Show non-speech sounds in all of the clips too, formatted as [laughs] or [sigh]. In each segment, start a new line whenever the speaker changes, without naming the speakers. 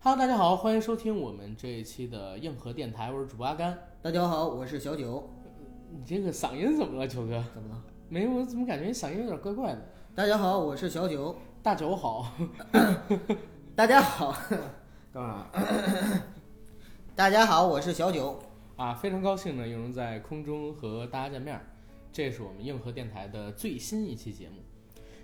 Hello，大家好，欢迎收听我们这一期的硬核电台，我是主播阿甘。
大家好，我是小九。
你这个嗓音怎么了，球哥？
怎么了？
没，我怎么感觉你嗓音有点怪怪的？
大家好，我是小九。
大九好，
大家好，等会儿啊。大家好，我是小九。
啊，非常高兴呢，又能在空中和大家见面儿。这是我们硬核电台的最新一期节目。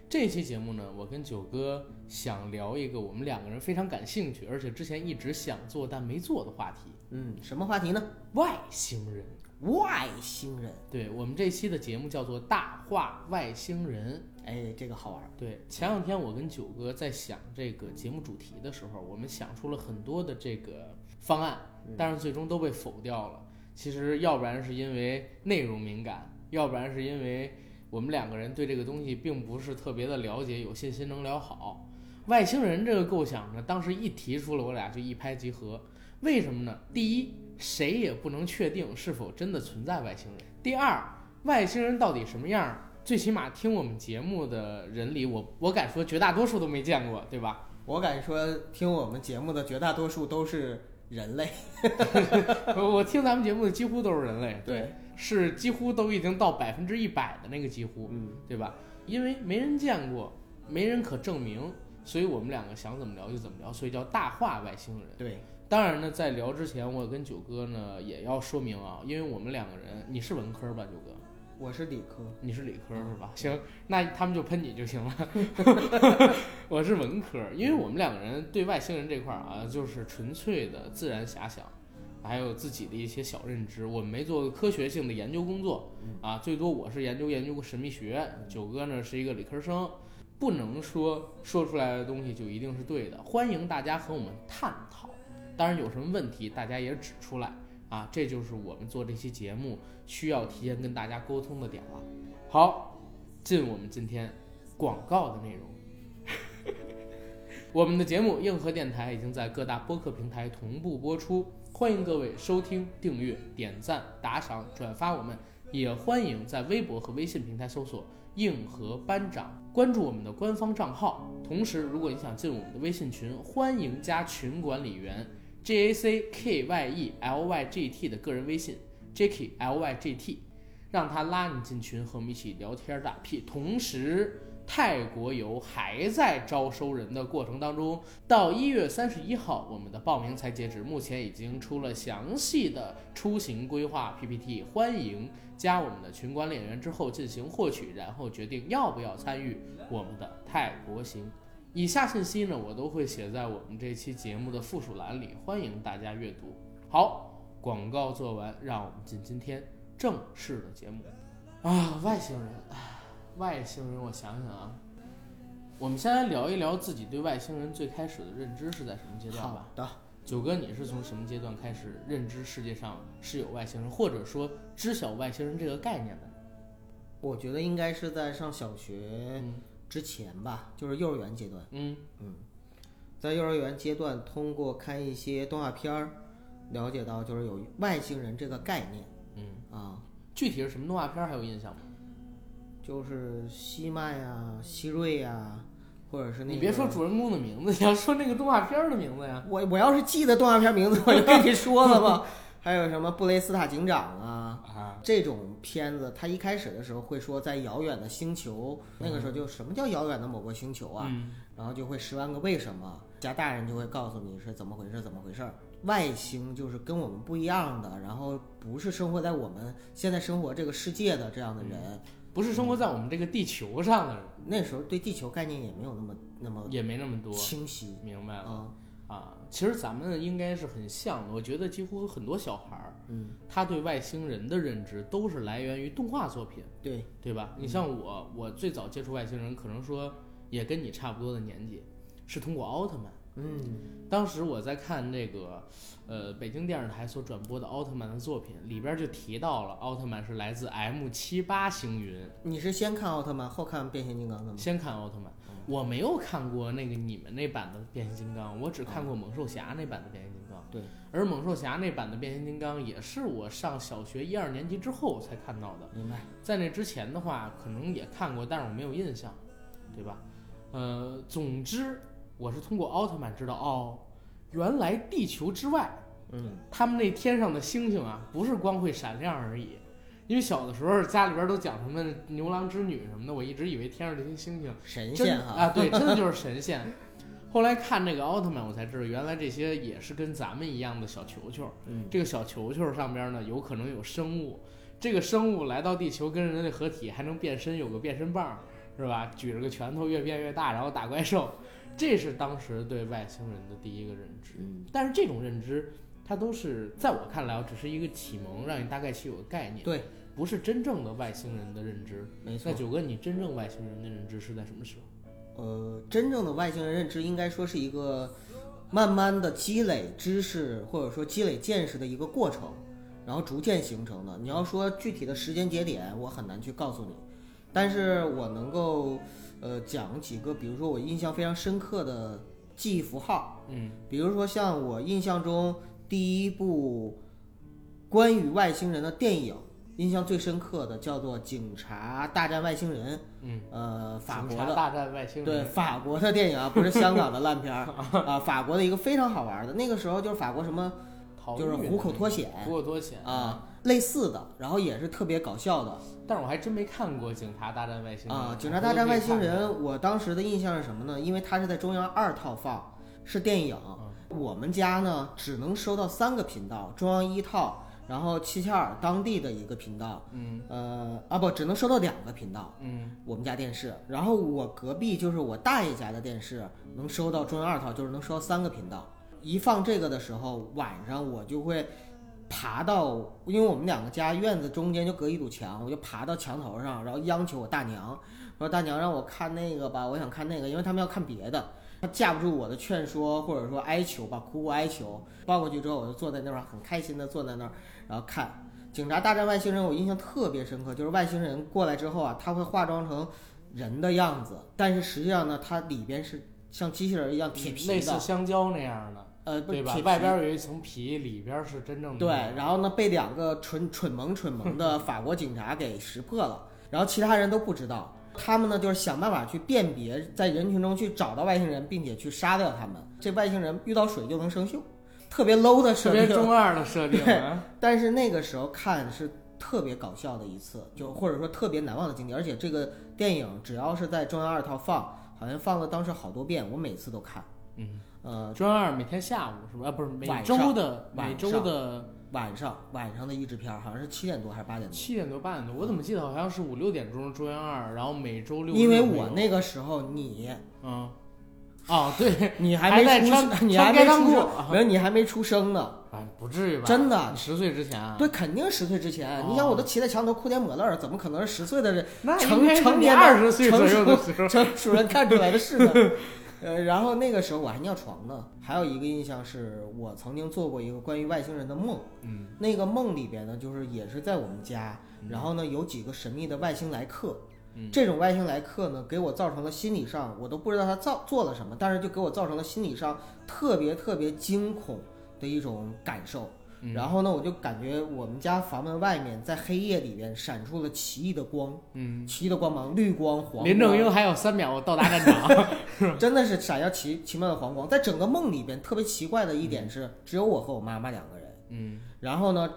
这期节目呢，我跟九哥想聊一个我们两个人非常感兴趣，而且之前一直想做但没做的话题
嗯，什么话题呢？
——外星人。
外星人。
对我们这期的节目叫做《大话外星人》。
哎，这个好玩儿。
对，前两天我跟九哥在想这个节目主题的时候，我们想出了很多的这个方案，
嗯
但是最终都被否掉了。其实，要不然是因为内容敏感，要不然是因为我们两个人对这个东西并不是特别的了解，有信心能聊好。外星人这个构想呢，当时一提出了，我俩就一拍即合。为什么呢？第一，谁也不能确定是否真的存在外星人；第二，外星人到底什么样儿？最起码听我们节目的人里，我我敢说绝大多数都没见过，对吧？ [laughs]
啊我敢说，听我们节目的绝大多数都是人类。
我我听咱们节目的几乎都是人类，，，是几乎都已经到百分之一百的那个几乎，
嗯，
对吧？因为没人见过，没人可证明，所以我们两个想怎么聊就怎么聊，所以叫大话外星人。
对，
当然呢，在聊之前，我跟九哥呢也要说明啊，因为我们两个人，你是文科吧，九哥？
我是理科。
你是理科是吧？行，那他们就喷你就行了。 [laughs] 我是文科，因为我们两个人对外星人这块儿啊，就是纯粹的自然遐想，还有自己的一些小认知。我们没做科学性的研究工作啊，最多我是研究研究过神秘学，九哥呢是一个理科生，不能说说出来的东西就一定是对的。欢迎大家和我们探讨，当然有什么问题大家也指出来啊，这就是我们做这期节目需要提前跟大家沟通的点了。好，进我们今天广告的内容。我们的节目《硬核电台》已经在各大播客平台同步播出，欢迎各位收听、订阅、点赞、打赏、转发我们，也欢迎在微博和微信平台搜索“硬核班长”，关注我们的官方账号。同时，如果你想进我们的微信群，欢迎加群管理员 J A C K Y E L Y G T 的个人微信 Jacky L Y G T。让他拉你进群，和我们一起聊天打屁。同时，泰国游还在招收人的过程当中，到一月三十一号，我们的报名才截止。目前已经出了详细的出行规划 PPT，欢迎加我们的群管理员之后进行获取，然后决定要不要参与我们的泰国行。以下信息呢，我都会写在我们这期节目的附属栏里，欢迎大家阅读。好，广告做完，让我们进今天正式的节目啊，外星人，唉外星人，我想想啊，我们先来聊一聊自己对外星人最开始的认知是在什么阶段吧
好。的。
九哥，你是从什么阶段开始认知世界上是有外星人，或者说知晓外星人这个概念的？
我觉得应该是在上小学
嗯
之前吧，就是幼儿园阶段。
嗯，
在幼儿园阶段，通过看一些动画片儿，了解到就是有外星人这个概念。
嗯
啊，
具体是什么动画片儿还有印象吗？
就是西麦啊、希瑞啊，或者是那个。
你别说啊主人公的名字，你 [laughs] 要说那个动画片儿的名字呀。
我我要是记得动画片名字，我就跟你说了吧。 [laughs] 还有什么布雷斯塔警长啊，
啊，
这种片子，它一开始的时候会说在遥远的星球，那个时候就什么叫遥远的某个星球啊，
嗯，
然后就会十万个为什么，家大人就会告诉你是怎么回事，怎么回事儿。外星就是跟我们不一样的，然后不是生活在我们现在生活这个世界的这样的人，
不是生活在我们这个地球上的人，
那时候对地球概念也没有那么那么
也没那么多。
清晰
明白了。
啊，
啊，其实咱们应该是很像的。我觉得几乎很多小孩儿，
嗯，
他对外星人的认知都是来源于动画作品，
对，
对吧？你像我，我最早接触外星人，可能说也跟你差不多的年纪，是通过奥特曼。
嗯，
当时我在看那个，呃，北京电视台所转播的奥特曼的作品，里边就提到了奥特曼是来自 M 七八星云。
你是先看奥特曼后看变形金刚的吗？
先看奥特曼，我没有看过那个你们那版的变形金刚，我只看过猛兽侠那版的变形金刚。
对，
而猛兽侠那版的变形金刚也是我上小学一二年级之后才看到的，
明白。
在那之前的话，可能也看过，但是我没有印象，对吧？呃，总之我是通过奥特曼知道哦，原来地球之外，
嗯，
他们那天上的星星啊，不是光会闪亮而已。因为小的时候家里边都讲什么牛郎织女什么的，我一直以为天上这些星星
神
真
仙
啊，
哈， [laughs]
对，真的就是神仙。后来看那个奥特曼，我才知道原来这些也是跟咱们一样的小球球。
嗯，
这个小球球上边呢，有可能有生物。这个生物来到地球跟人类合体，还能变身，有个变身棒，是吧？举着个拳头越变越大，然后打怪兽。这是当时对外星人的第一个认知。
嗯，
但是这种认知，它都是在我看来啊，只是一个启蒙，让你大概去有个概念，
对，
不是真正的外星人的认知。
没错
那。九哥，你真正外星人的认知是在什么时候？
呃，真正的外星人认知应该说是一个慢慢的积累知识或者说积累见识的一个过程，然后逐渐形成的。你要说具体的时间节点，我很难去告诉你，但是我能够呃讲几个，比如说我印象非常深刻的记忆符号，
嗯
比如说像我印象中第一部关于外星人的电影，印象最深刻的叫做《警察大战外星人》，
嗯，
呃，法国
警察
的。
大战外星
对
人，
法国的电影啊，不是香港的
[laughs]
烂片儿啊，法国的一个非常好玩的，那个时候就是法国什么
逃
就是
狱
虎口脱险
虎口脱险。
啊类似的，然后也是特别搞笑的
但是我还真没看过《警察大战外星人》
啊。警察大战外星
我回头可以看看，
人，我当时的印象是什么呢？因为它是在中央二套放，是电影，
嗯
我们家呢只能收到三个频道，中央一套，然后齐齐哈尔当地的一个频道，
嗯
呃啊不，只能收到两个频道。
嗯
我们家电视，然后我隔壁就是我大爷家的电视，能收到中央二套，就是能收到三个频道。一放这个的时候，晚上我就会爬到，因为我们两个家院子中间就隔一堵墙，我就爬到墙头上，然后央求我大娘，我说大娘让我看那个吧，我想看那个，因为他们要看别的。她架不住我的劝说或者说哀求吧，苦苦哀求。抱过去之后，我就坐在那儿很开心的坐在那儿，然后看。警察大战外星人，我印象特别深刻，就是外星人过来之后啊，他会化妆成人的样子，但是实际上呢，它里边是像机器人一样铁皮
类似
的，
香蕉那样的，
呃，不
对吧
铁？皮
外边有一层皮，里边是真正的
对
那种。，
然后呢被两个蠢蠢萌蠢萌
[laughs]
的法国警察给识破了，然后其他人都不知道，他们呢就是想办法去辨别，在人群中去找到外星人，并且去杀掉他们。这外星人遇到水就能生锈，特别 low 的
特
设
别
定，
中二的设定啊，
但是那个时候看是特别搞笑的一次，就或者说特别难忘的经历。而且这个电影只要是在中央二套放，好像放了当时好多遍，我每次都看。
嗯，
呃，
中二每天下午是吧？啊，不是每
晚上
周的每
晚
周
上
的
晚上晚上的译制片儿好像是七点多还是八点多，
七点多八点多，我怎么记得好像是五六点钟中央二，然后每周六日
因为
会有
我那个时候你
嗯，哦
[laughs]
对，
你
还
还
在
没出
穿
生，你
穿
还
该
没
当
出
裤
生，没有你还没出生呢，
哎不至于吧？
真的。
十岁之前啊，
对，肯定十岁之前，
哦
你想我都骑在墙头哭爹抹泪儿，怎么可能是十岁的人
那
成
应该是
成
你
年
二
人
十岁左
成
右的 [laughs] 时候，
成熟人看出来的是的。 [laughs] 呃，然后那个时候我还尿床呢。还有一个印象是我曾经做过一个关于外星人的梦，
嗯，
那个梦里边呢，就是也是在我们家，然后呢有几个神秘的外星来客。
嗯
这种外星来客呢，给我造成了心理上，我都不知道他造做了什么，但是就给我造成了心理上特别特别惊恐的一种感受。
嗯
然后呢，我就感觉我们家房门外面在黑夜里边闪出了奇异的光，
嗯，
奇异的光芒，绿光、黄光。
林正英还有三秒到达战
[laughs]
场，
真的是闪耀奇奇妙的黄光。在整个梦里边，特别奇怪的一点是，只有我和我妈妈两个人，
嗯，
然后呢，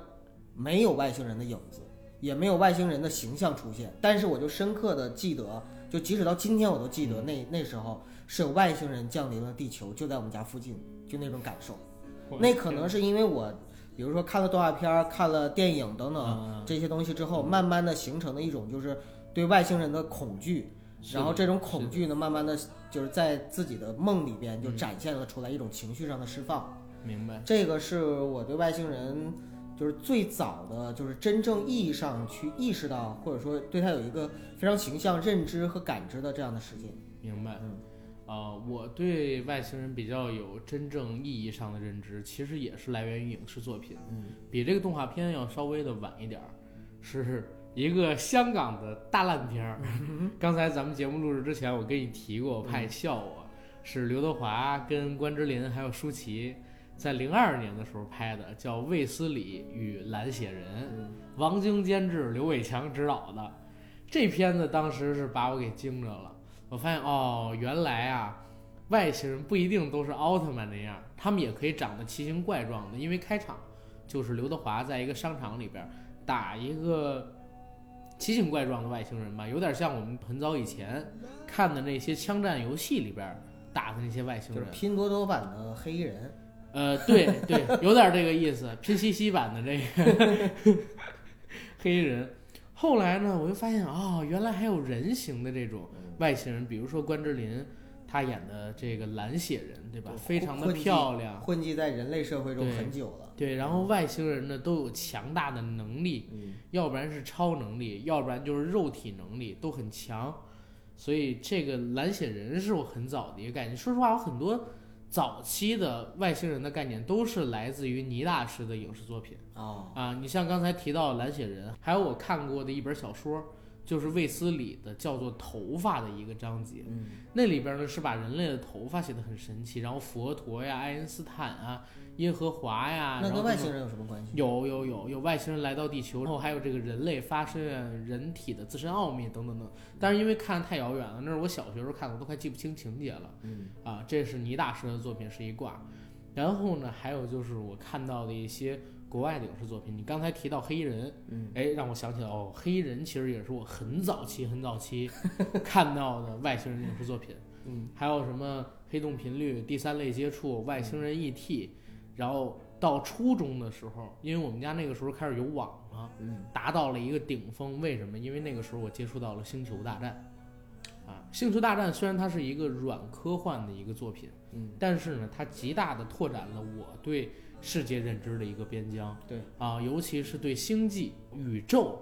没有外星人的影子，也没有外星人的形象出现。但是我就深刻的记得，就即使到今天我都记
嗯
得那那时候是有外星人降临了地球，就在我们家附近，就那种感受。那可能是因为我，比如说看了动画片儿、看了电影等等
嗯，
这些东西之后，慢慢的形成的一种就是对外星人的恐惧。
是
然后这种
是
恐
的
惧呢，慢慢的就是在自己的梦里边就
嗯哎
展现了出来，一种情绪上的释放。
明白，
这个是我对外星人就是最早的，就是真正意义上去意识到，或者说对他有一个非常形象认知和感知的这样的事情。
明白。
嗯
啊，我对外星人比较有真正意义上的认知，其实也是来源于影视作品，
嗯，
比这个动画片要稍微的晚一点儿，是 [laughs] 一个香港的大烂片儿。
嗯
[laughs] 刚才咱们节目录制之前，我跟你提过，我怕你笑我，是刘德华跟关之琳还有舒淇在零二年的时候拍的，叫《卫斯理与蓝血人》。
嗯
王晶监制，刘伟强执导的。这片子当时是把我给惊着了，我发现哦，原来啊，外星人不一定都是奥特曼那样，他们也可以长得奇形怪状的。因为开场就是刘德华在一个商场里边打一个奇形怪状的外星人吧，有点像我们很早以前看的那些枪战游戏里边打的那些外星
就是
人。
拼多多版的黑衣人。
呃，对对，有点这个意思， [laughs] 拼夕夕版的这个黑衣人。后来呢，我就发现哦，原来还有人形的这种外星人，比如说关之琳，她演的这个蓝血人，对吧？
对
非常的
混迹
漂亮。
混迹在人类社会中
对
很久了。
对，然后外星人呢都有强大的能力，
嗯，
要不然是超能力，要不然就是肉体能力都很强。所以这个蓝血人是我很早的一个概念。说实话，我很多早期的外星人的概念都是来自于倪大师的影视作品
哦，
啊。你像刚才提到蓝血人，还有我看过的一本小说，就是卫斯理的，叫做《头发》的一个章节。
嗯，
那里边呢是把人类的头发写得很神奇，然后佛陀呀、爱因斯坦啊、耶和华呀，
那
啊然后
跟外
各种
星人有什么关系？
有有有有外星人来到地球，然后还有这个人类发生人体的自身奥秘等等等。但是因为看的太遥远了，那是我小学时候看的，我都快记不清情节了
嗯，
啊。这是倪大师的作品是一挂，然后呢，还有就是我看到的一些国外的影视作品。你刚才提到黑衣人，
嗯，
哎，让我想起来哦，黑衣人其实也是我很早期很早期 [laughs] 看到的外星人影视作品。
嗯，
还有什么黑洞频率、第三类接触、外星人 ET，、然后到初中的时候，因为我们家那个时候开始有网了，
嗯，
达到了一个顶峰。为什么？因为那个时候我接触到了《星球大战》啊，《星球大战》虽然它是一个软科幻的一个作品，
嗯，
但是呢，它极大的拓展了我对世界认知的一个边疆。
对
啊，尤其是对星际、宇宙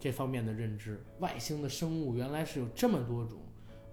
这方面的认知，外星的生物原来是有这么多种。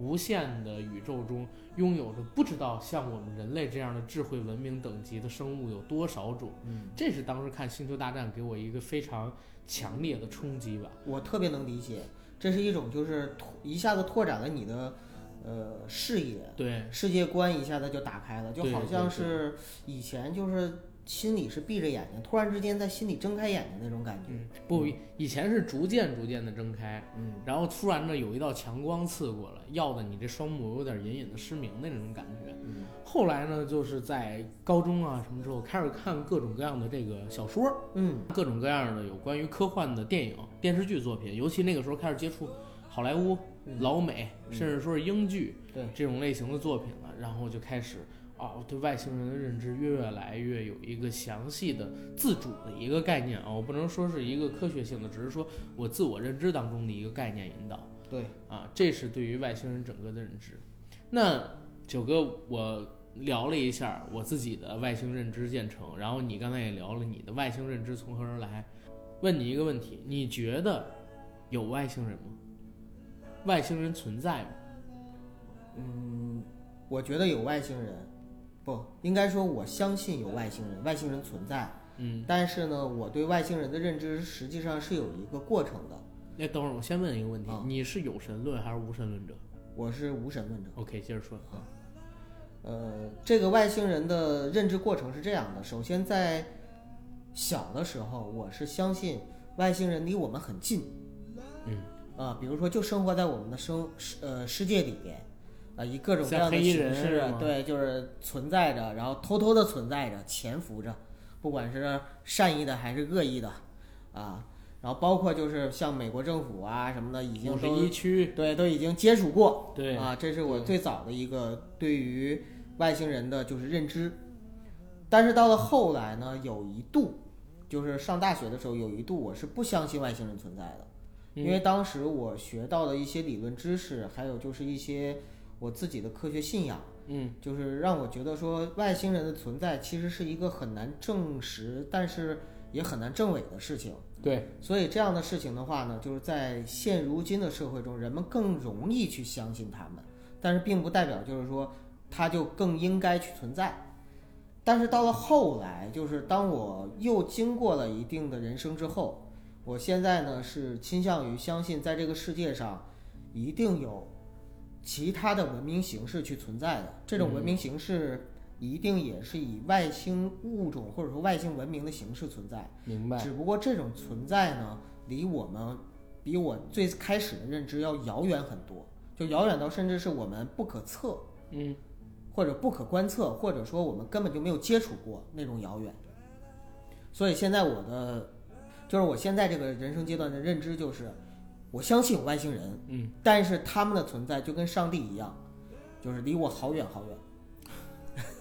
无限的宇宙中拥有着不知道像我们人类这样的智慧文明等级的生物有多少种，
嗯，
这是当时看《星球大战》给我一个非常强烈的冲击吧。
我特别能理解，这是一种就是拓一下子拓展了你的呃视野，
对，
世界观一下子就打开了，就
对
好
对
像
对
是以前就是心里是闭着眼睛，突然之间在心里睁开眼睛那种感觉。
嗯，不，以前是逐渐逐渐的睁开，
嗯，
然后突然呢有一道强光刺过了，要的你这双目有点隐隐的失明的那种感觉。
嗯
后来呢，就是在高中啊什么之后开始看各种各样的这个小说，
嗯
各种各样的有关于科幻的电影、电视剧作品，尤其那个时候开始接触好莱坞、
嗯
老美，
嗯
甚至说是英剧，
对
这种类型的作品了，然后就开始啊，我对外星人的认知越来越有一个详细的自主的一个概念啊，我不能说是一个科学性的，只是说我自我认知当中的一个概念引导
对，
啊，这是对于外星人整个的认知。那九哥，我聊了一下我自己的外星认知建成，然后你刚才也聊了你的外星认知从何而来，问你一个问题，你觉得有外星人吗？外星人存在吗？
嗯，我觉得有外星人，不应该说我相信有外星人，外星人存在。
嗯，
但是呢，我对外星人的认知实际上是有一个过程的。
那等会儿我先问一个问题：
啊
你是有神论还是无神论者
我是无神论者。
？OK，接着说。
啊呃，这个外星人的认知过程是这样的：首先，在小的时候，我是相信外星人离我们很近，
嗯，
啊、比如说就生活在我们的生世呃世界里边，啊、以各种各
像
样的
黑衣
形
人
式啊
是吗，
对，就是存在着，然后偷偷的存在着，潜伏着，不管是善意的还是恶意的，啊，然后包括就是像美国政府啊什么的，已经
五十
都
一区，
对都已经接触过，
对，
啊，这是我
对
最早的一个对于外星人的就是认知。但是到了后来呢，有一度就是上大学的时候，有一度我是不相信外星人存在的，
嗯
因为当时我学到的一些理论知识，还有就是一些我自己的科学信仰，
嗯
就是让我觉得说外星人的存在其实是一个很难证实，但是也很难证伪的事情。
对，
所以这样的事情的话呢，就是在现如今的社会中，人们更容易去相信他们，但是并不代表就是说它就更应该去存在。但是到了后来，就是当我又经过了一定的人生之后，我现在呢是倾向于相信，在这个世界上一定有其他的文明形式去存在的，这种文明形式一定也是以外星物种或者说外星文明的形式存在。
明白。
只不过这种存在呢，离我们比我最开始的认知要遥远很多，就遥远到甚至是我们不可测。
嗯
或者不可观测，或者说我们根本就没有接触过那种遥远。所以现在我的，就是我现在这个人生阶段的认知就是，我相信有外星人，
嗯，
但是他们的存在就跟上帝一样，就是离我好远好远。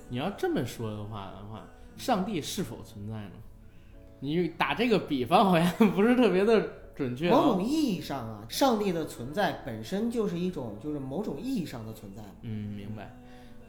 你要这么说的话的话，上帝是否存在呢？你打这个比方好像不是特别的准确、
某
哦。
种意义上啊，上帝的存在本身就是一种，就是某种意义上的存在。
嗯，明白。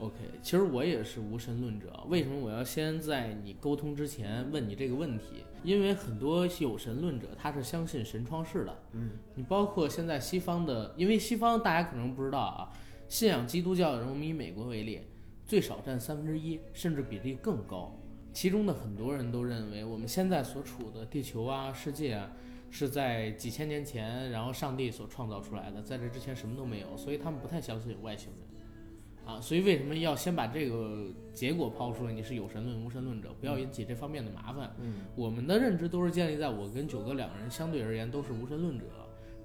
OK，其实我也是无神论者。为什么我要先在你沟通之前问你这个问题？因为很多有神论者他是相信神创世的。
嗯，
你包括现在西方的，因为西方大家可能不知道啊，信仰基督教的人，我们以美国为例，最少占三分之一，甚至比例更高。其中的很多人都认为，我们现在所处的地球啊、世界啊，是在几千年前，然后上帝所创造出来的，在这之前什么都没有，所以他们不太相信有外星人。啊，所以为什么要先把这个结果抛出来？你是有神论无神论者，不要引起这方面的麻烦。
嗯，
我们的认知都是建立在我跟九哥两个人相对而言都是无神论者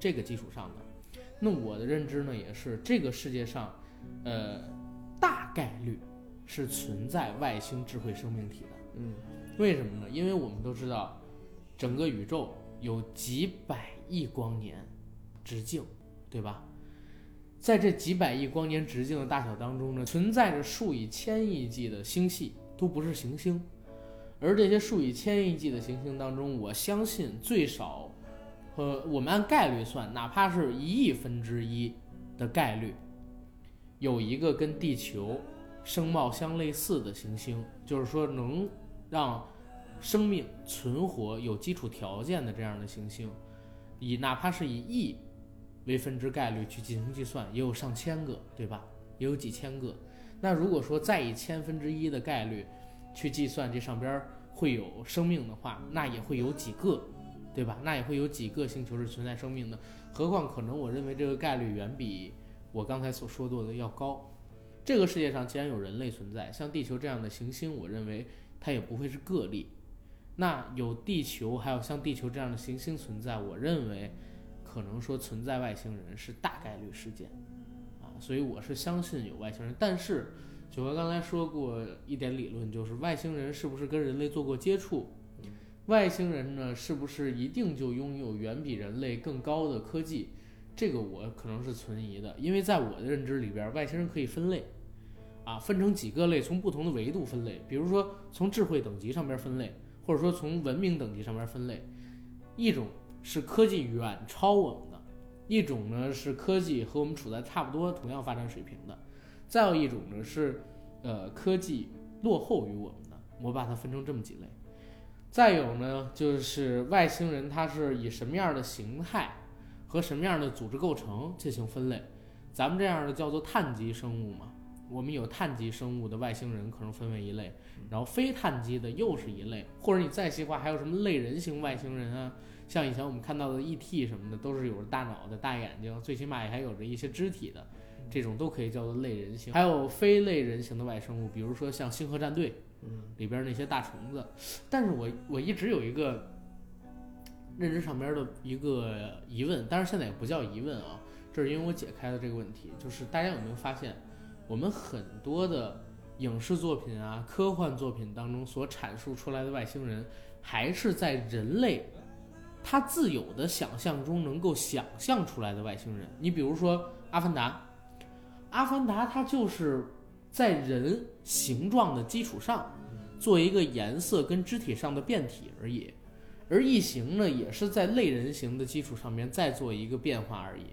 这个基础上的。那我的认知呢，也是这个世界上，呃，大概率是存在外星智慧生命体的。
嗯，
为什么呢？因为我们都知道，整个宇宙有几百亿光年直径，对吧？在这几百亿光年直径的大小当中呢，存在着数以千亿计的星系，都不是行星。而这些数以千亿计的行星当中，我相信最少，呃，我们按概率算，哪怕是一亿分之一的概率，有一个跟地球声貌相类似的行星，就是说能让生命存活有基础条件的这样的行星，以哪怕是以亿为分之概率去进行计算，也有上千个，对吧？也有几千个。那如果说再以千分之一的概率去计算这上边儿会有生命的话，那也会有几个，对吧？那也会有几个星球是存在生命的。何况，可能我认为这个概率远比我刚才所说到的要高。这个世界上既然有人类存在，像地球这样的行星，我认为它也不会是个例。那有地球，还有像地球这样的行星存在，我认为可能说存在外星人是大概率事件啊，所以我是相信有外星人。但是九哥刚才说过一点理论，就是外星人是不是跟人类做过接触？外星人呢，是不是一定就拥有远比人类更高的科技？这个我可能是存疑的，因为在我的认知里边，外星人可以分类。啊，分成几个类，从不同的维度分类，比如说从智慧等级上边分类，或者说从文明等级上边分类。一种是科技远超我们的，一种呢是科技和我们处在差不多同样发展水平的，再有一种呢是呃科技落后于我们的。我把它分成这么几类。再有呢，就是外星人它是以什么样的形态和什么样的组织构成进行分类。咱们这样的叫做碳基生物嘛，我们有碳基生物的外星人可能分为一类，然后非碳基的又是一类，或者你再细化还有什么类人型外星人啊，像以前我们看到的 ET 什么的，都是有着大脑的、大眼睛，最起码也还有着一些肢体的，这种都可以叫做类人型。还有非类人型的外生物，比如说像星河战队
嗯，
里边那些大虫子，但是我我一直有一个认知上边的一个疑问，当然现在也不叫疑问啊，这是因为我解开了这个问题，就是大家有没有发现，我们很多的影视作品啊、科幻作品当中所阐述出来的外星人，还是在人类他自有的想象中能够想象出来的外星人。你比如说《阿凡达》，《阿凡达》它就是在人形状的基础上，做一个颜色跟肢体上的变体而已。而异形呢，也是在类人形的基础上面再做一个变化而已。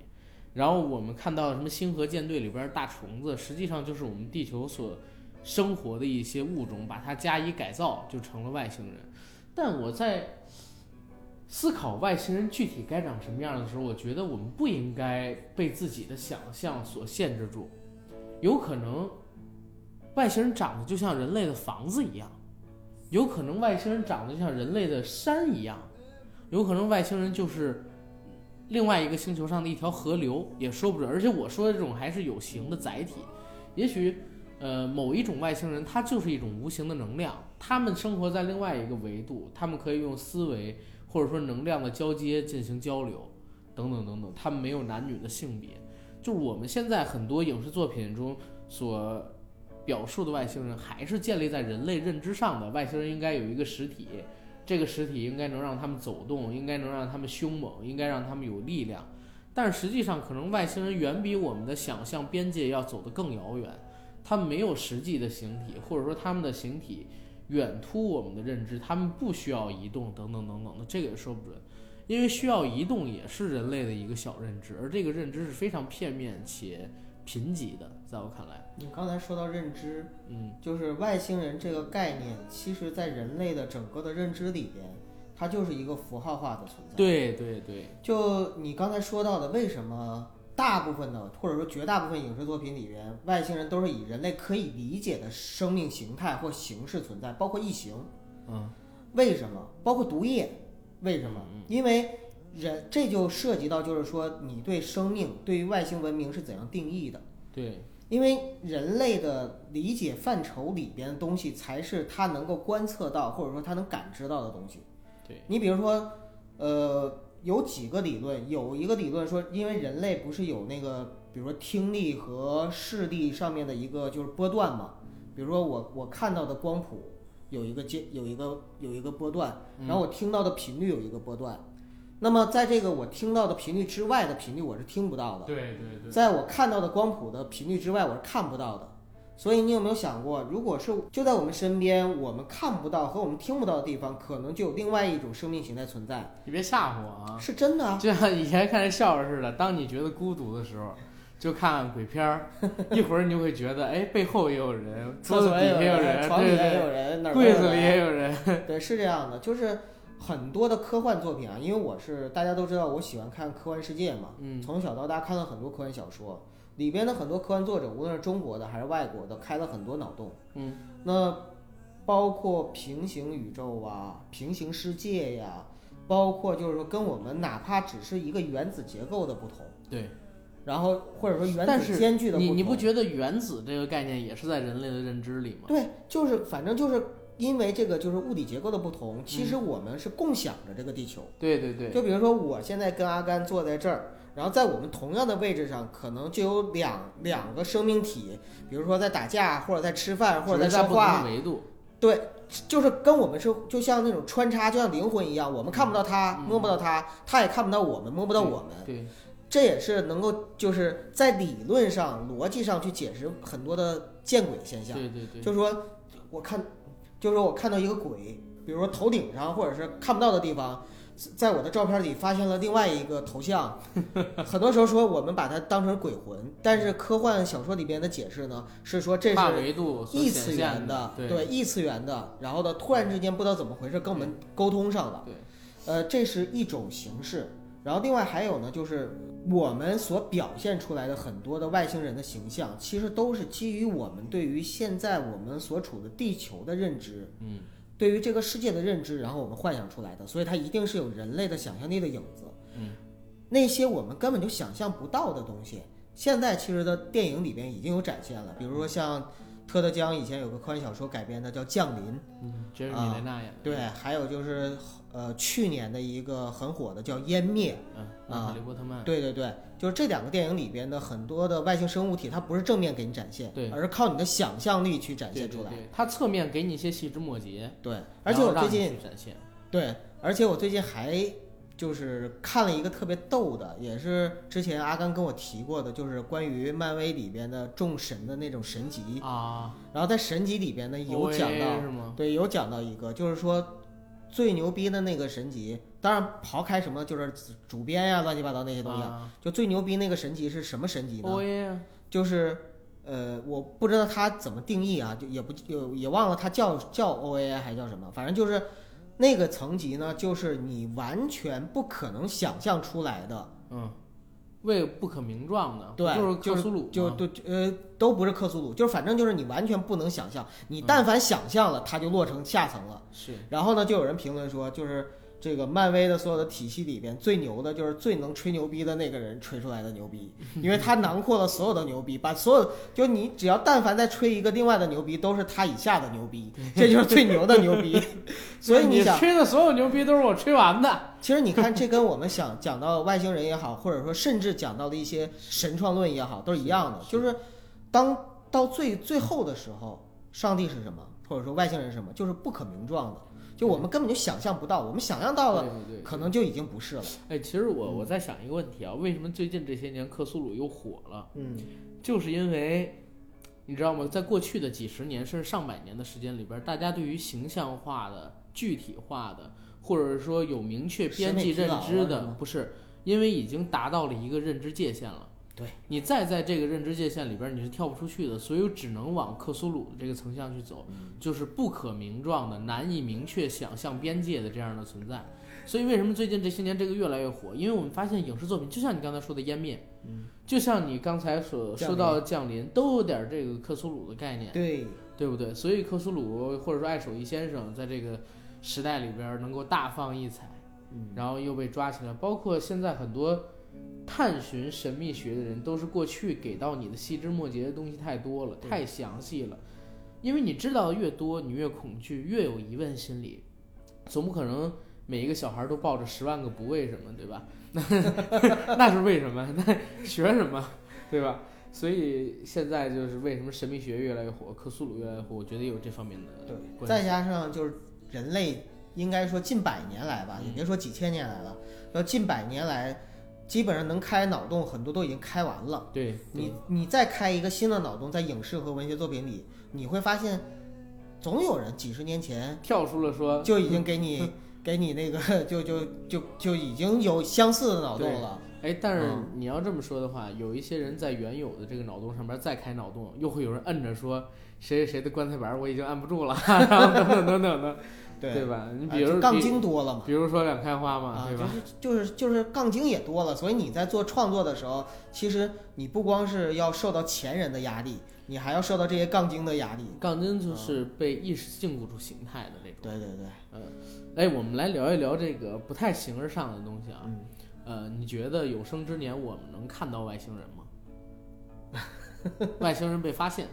然后我们看到什么星河舰队里边的大虫子，实际上就是我们地球所生活的一些物种，把它加以改造，就成了外星人。但我在思考外星人具体该长什么样的时候，我觉得我们不应该被自己的想象所限制住。有可能外星人长得就像人类的房子一样，有可能外星人长得就像人类的山一样，有可能外星人就是另外一个星球上的一条河流，也说不准。而且我说的这种还是有形的载体，也许。呃，某一种外星人，他就是一种无形的能量，他们生活在另外一个维度，他们可以用思维或者说能量的交接进行交流，等等等等，他们没有男女的性别。就是我们现在很多影视作品中所表述的外星人还是建立在人类认知上的。外星人应该有一个实体，这个实体应该能让他们走动，应该能让他们凶猛，应该让他们有力量。但实际上，可能外星人远比我们的想象边界要走得更遥远。他们没有实际的形体，或者说他们的形体远突我们的认知，他们不需要移动，等等等等的，这个也说不准。因为需要移动也是人类的一个小认知，而这个认知是非常片面且贫瘠的，在我看来，
你刚才说到认知，
嗯，
就是外星人这个概念，其实在人类的整个的认知里边，它就是一个符号化的存在。，
对对对，
就你刚才说到的，为什么大部分的或者说绝大部分影视作品里边，外星人都是以人类可以理解的生命形态或形式存在，包括异形，
嗯，
为什么？包括毒液，为什么
嗯？
因为人这就涉及到就是说你对生命对于外星文明是怎样定义的。
对，
因为人类的理解范畴里边的东西，才是他能够观测到或者说他能感知到的东西。
对，
你比如说，呃，有几个理论，有一个理论说，因为人类不是有那个，比如说听力和视力上面的一个就是波段嘛，比如说我我看到的光谱有一个阶有一个有一个波段，
嗯
然后我听到的频率有一个波段，那么在这个我听到的频率之外的频率我是听不到的。
对对对，
在我看到的光谱的频率之外，我是看不到的。所以你有没有想过，如果是就在我们身边，我们看不到和我们听不到的地方，可能就有另外一种生命形态存在，
你别吓唬我啊，
是真的啊。
就像以前看那笑话似的，当你觉得孤独的时候，就看看鬼片儿， [laughs] 一会儿你就会觉得，哎，背后也有人，
厕
桌子
所
底
也有
下有人，
呃床
对
底下也有
对
人，
对，
哪儿
柜
都
子
有
里也
人
有人，
对，是这样的，就是很多的科幻作品啊，因为我是大家都知道，我喜欢看科幻世界嘛，
嗯，
从小到大看了很多科幻小说，里边的很多科幻作者，无论是中国的还是外国的，开了很多脑洞。
嗯，
那包括平行宇宙啊、平行世界呀、包括就是说跟我们哪怕只是一个原子结构的不同，
对。
然后或者说原
但
子
是
间距的不
你
同，
你不觉得原子这个概念也是在人类的认知里吗？
对，就是反正就是因为这个就是物理结构的不同，
嗯
其实我们是共享着这个地球。
对对对，
就比如说我现在跟阿甘坐在这儿，然后在我们同样的位置上，可能就有两两个生命体，比如说在打架，或者在吃饭，或
只
者
是在
说
不同的
话，
维度，
对，就是跟我们是就像那种穿插，就像灵魂一样，我们看不到他，
嗯
摸不到他，他也看不到我们，摸不到我们。
对
这也是能够就是在理论上、逻辑上去解释很多的见鬼现象。
对对对，
就是说我看，就是说我看到一个鬼，比如说头顶上或者是看不到的地方，在我的照片里发现了另外一个头像。很多时候说我们把它当成鬼魂，但是科幻小说里边的解释呢是说这
跨
是
维度所
异
显
次
现
元的，
对
对异次元的，然后呢突然之间不知道怎么回事跟我们沟通上了。
对，
呃，这是一种形式。然后另外还有呢，就是我们所表现出来的很多的外星人的形象，其实都是基于我们对于现在我们所处的地球的认知，
嗯，
对于这个世界的认知，然后我们幻想出来的，所以它一定是有人类的想象力的影子。
嗯，
那些我们根本就想象不到的东西，现在其实的电影里边已经有展现了，比
嗯
如说像特德·江以前有个科幻小说改编的叫《降临》，
嗯，杰瑞米
啊
雷纳演的，
对，还有就是呃去年的一个很火的叫《湮灭》。
嗯，
啊
哈利波特曼，
对对对，就是这两个电影里边的很多的外星生物体，它不是正面给你展现，
对
而是靠你的想象力去展
对
现
对
出来。
对，他侧面给你一些细枝末节，
对而
然
且
后
我最
让你
近
去展现，
对，而且我最近还就是看了一个特别逗的，也是之前阿甘跟我提过的，就是关于漫威里边的众神的那种神级，
啊，
然后在神级里边呢有讲
OAA
到，
是吗？
对，有讲到一个，就是说最牛逼的那个神级，当然刨开什么就是主编呀、乱七八糟那些东西，
啊
就最牛逼那个神级是什么神级呢？
，OA 啊
就是呃，我不知道它怎么定义啊，就也不就也忘了它叫叫 OAI 还叫什么，反正就是那个层级呢，就是你完全不可能想象出来的，
嗯，为不可名状的，
对
就是
就
克
是
苏鲁
就
嘛
对呃都不是克苏鲁，就是反正就是你完全不能想象，你但凡想象了，它就落成下层了。
是
然后呢，就有人评论说，就是。这个漫威的所有的体系里边最牛的就是最能吹牛逼的那个人吹出来的牛逼，因为他囊括了所有的牛逼，把所有就你只要但凡再吹一个另外的牛逼，都是他以下的牛逼，这就是最牛的牛逼。所以
你
你想，
吹的所有牛逼都是我吹完的，
其实你看，这跟我们想讲到外星人也好，或者说甚至讲到的一些神创论也好，都是一样的，
是
就是当到最最后的时候，上帝是什么，或者说外星人是什么，就是不可名状的，就我们根本就想象不到，我们想象 [laughs] 到了，
对对对，
可嗯能就已经不是了。
哎，其实我我在想一个问题啊，为什么最近这些年克苏鲁又火了？
嗯，
就是因为你知道吗？在过去的几十年甚至上百年的时间里边儿，大家对于形象化的、具体化的，或者说有明确边际认知
审美疲劳啊
的
是吗，
不是因为已经达到了一个认知界限了。
对，
你再在这个认知界限里边儿，你是跳不出去的，所以只能往克苏鲁的这个层向去走，就是不可名状的、难以明确想象边界的这样的存在。所以为什么最近这些年这个越来越火？因为我们发现影视作品，就像你刚才说的《湮灭》，
嗯，
就像你刚才所
降
说
临
到的《降临》，都有点这个克苏鲁的概念，
对，
对不对？所以克苏鲁或者说爱手艺先生在这个时代里边儿能够大放异彩，
嗯，
然后又被抓起来，包括现在很多探寻神秘学的人，都是过去给到你的细枝末节的东西太多了，
对
太详细了，因为你知道的越多，你越恐惧，越有疑问心理，总不可能。每一个小孩都抱着十万个不为什么，对吧？ [laughs] 那那是为什么？ [laughs] 那学什么，对吧？所以现在就是为什么神秘学越来越火，克苏鲁越来越火，我觉得有这方面的关系
对，再加上就是人类应该说近百年来吧，也别说几千年来了，要近百年来，基本上能开脑洞很多都已经开完了。
对
你你再开一个新的脑洞，在影视和文学作品里，你会发现，总有人几十年前
跳出了说
就已经给
嗯
你 [laughs] 给你那个 [laughs] 就就就就已经有相似的脑洞了。
哎，但是
嗯
你要这么说的话，有一些人在原有的这个脑洞上边再开脑洞，又会有人摁着说谁谁谁的棺材板儿我已经按不住了， [laughs] 然后等等等等的，
[laughs] 对
对吧？你
啊
比如
就杠
比
精多了嘛，
比如说两开花嘛，
啊，
对
就
吧？
是就是就是杠精也多了，所以你在做创作的时候，其实你不光是要受到前人的压力，你还要受到这些杠精的压力。
杠精就是被意识禁锢住形态的那种。
对对对，
哎，我们来聊一聊这个不太形而上的东西啊。
嗯，
呃，你觉得有生之年我们能看到外星人吗？
[laughs]
外星人被发现，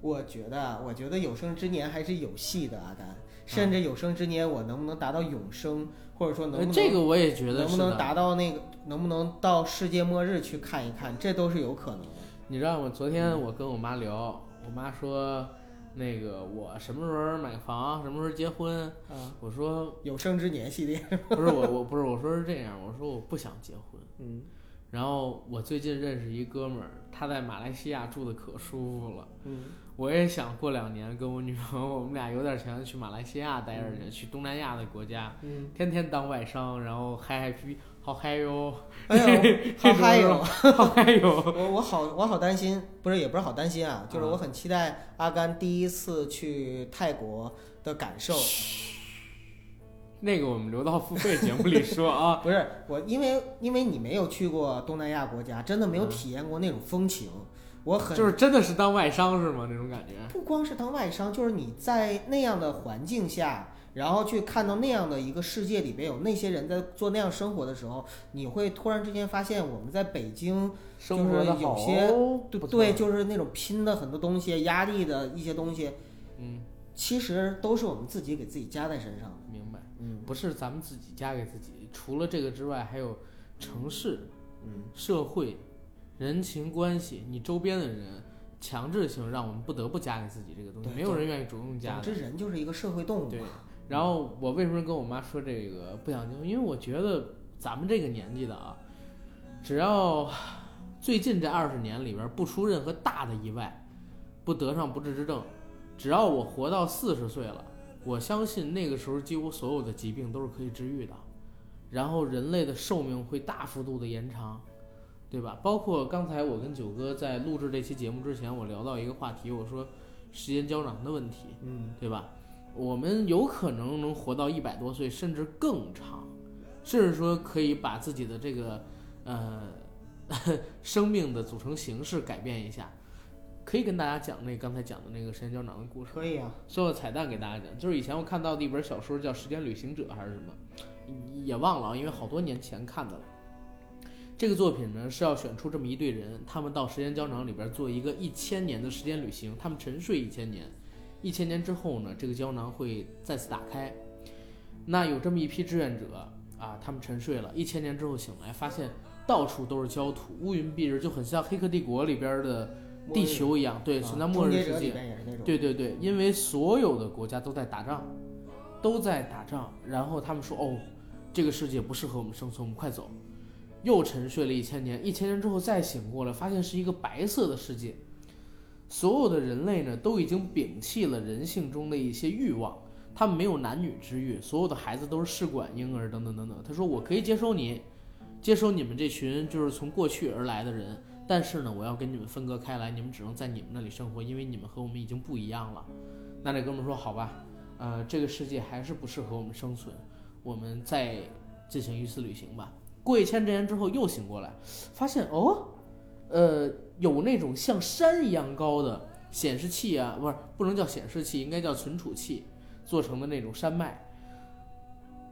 我觉得啊我觉得有生之年还是有戏的，阿
啊
甘，甚至有生之年我能不能达到永生，或者说能不
呃，
能
这个我也觉得
能不
是
能
的。
达到那个，能不能到世界末日去看一看，这都是有可能的。
你知道吗？昨天
嗯
我跟我妈聊，我妈说，那个我什么时候买房，什么时候结婚？
啊，
我说
有生之年系列，
不是我，我不是，我说是这样，我说我不想结婚。
嗯
然后我最近认识一哥们儿，他在马来西亚住的可舒服了。
嗯，
我也想过两年跟我女朋友，我们俩有点钱去马来西亚待着去，去东南亚的国家，
嗯，
天天当外商，然后嗨嗨皮，好嗨哟，
哎
[laughs]
呦，好嗨 [laughs] 哟！
好嗨哟。 [laughs]
我我好我好担心，不是也不是好担心啊，就是我很期待阿甘第一次去泰国的感受。
那个我们留到付费节目里说啊。
不是我，因为因为你没有去过东南亚国家，真的没有体验过那种风情。我很
嗯就是真的是当外商是吗？那种感觉。
不光是当外商，就是你在那样的环境下，然后去看到那样的一个世界里边有那些人在做那样生活的时候，你会突然之间发现，我们在北京
生活的好，哦
就是对
不错
对，，就是那种拼的很多东西，压力的一些东西，
嗯，
其实都是我们自己给自己加在身上的。
明白，
嗯
不是咱们自己加给自己。除了这个之外，还有城市、
嗯，
社会、人情关系，你周边的人，强制性让我们不得不加给自己这个东西，
对
没有人愿意主动加
总
的
之。人就是一个社会动物
对
嘛。
然后我为什么跟我妈说这个不想结婚？因为我觉得咱们这个年纪的啊，只要最近这二十年里边不出任何大的意外，不得上不治之症，只要我活到四十岁了，我相信那个时候几乎所有的疾病都是可以治愈的，然后人类的寿命会大幅度的延长。对吧？包括刚才我跟九哥在录制这期节目之前，我聊到一个话题，我说时间胶囊的问题。
嗯，
对吧？我们有可能能活到一百多岁，甚至更长，甚至说可以把自己的这个呃 [laughs] 生命的组成形式改变一下。可以跟大家讲那刚才讲的那个时间胶囊的故事，
可以啊。
最后彩蛋给大家讲，就是以前我看到的一本小说叫《时间旅行者》还是什么，也忘了啊，因为好多年前看的了。这个作品呢是要选出这么一队人，他们到时间胶囊里边做一个一千年的时间旅行，他们沉睡一千年，一千年之后呢，这个胶囊会再次打开。那有这么一批志愿者啊，他们沉睡了一千年之后醒来，发现到处都是焦土，乌云蔽日，就很像《黑客帝国》里边的
末
地
日
球一样，对，
啊
存在末日
终结者
世
里
界。
面也是那种，
对对对，因为所有的国家都在打仗，都在打仗，然后他们说哦，这个世界不适合我们生存，我们快走。又沉睡了一千年，一千年之后再醒过来，发现是一个白色的世界。所有的人类呢，都已经摒弃了人性中的一些欲望，他们没有男女之欲，所有的孩子都是试管婴儿等等等等。他说我可以接收你，接收你们这群就是从过去而来的人，但是呢，我要跟你们分割开来，你们只能在你们那里生活，因为你们和我们已经不一样了。那这哥们儿说：“好吧，呃，这个世界还是不适合我们生存，我们再进行一次旅行吧。”过一千年之后又醒过来，发现哦，呃，有那种像山一样高的显示器啊，不是不能叫显示器，应该叫存储器，做成的那种山脉，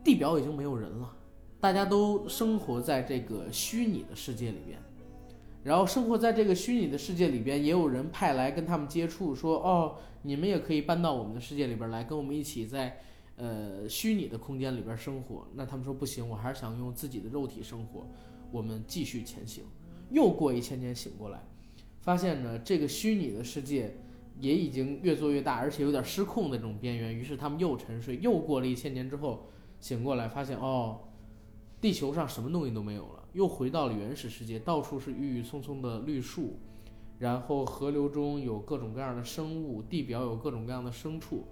地表已经没有人了，大家都生活在这个虚拟的世界里边。然后生活在这个虚拟的世界里边，也有人派来跟他们接触，说哦，你们也可以搬到我们的世界里边来，跟我们一起在呃虚拟的空间里边生活。那他们说不行，我还是想用自己的肉体生活。我们继续前行，又过一千年醒过来，发现呢这个虚拟的世界也已经越做越大，而且有点失控的这种边缘。于是他们又沉睡，又过了一千年之后醒过来，发现哦，地球上什么东西都没有了，又回到了原始世界，到处是郁郁葱葱的绿树，然后河流中有各种各样的生物，地表有各种各样的牲畜。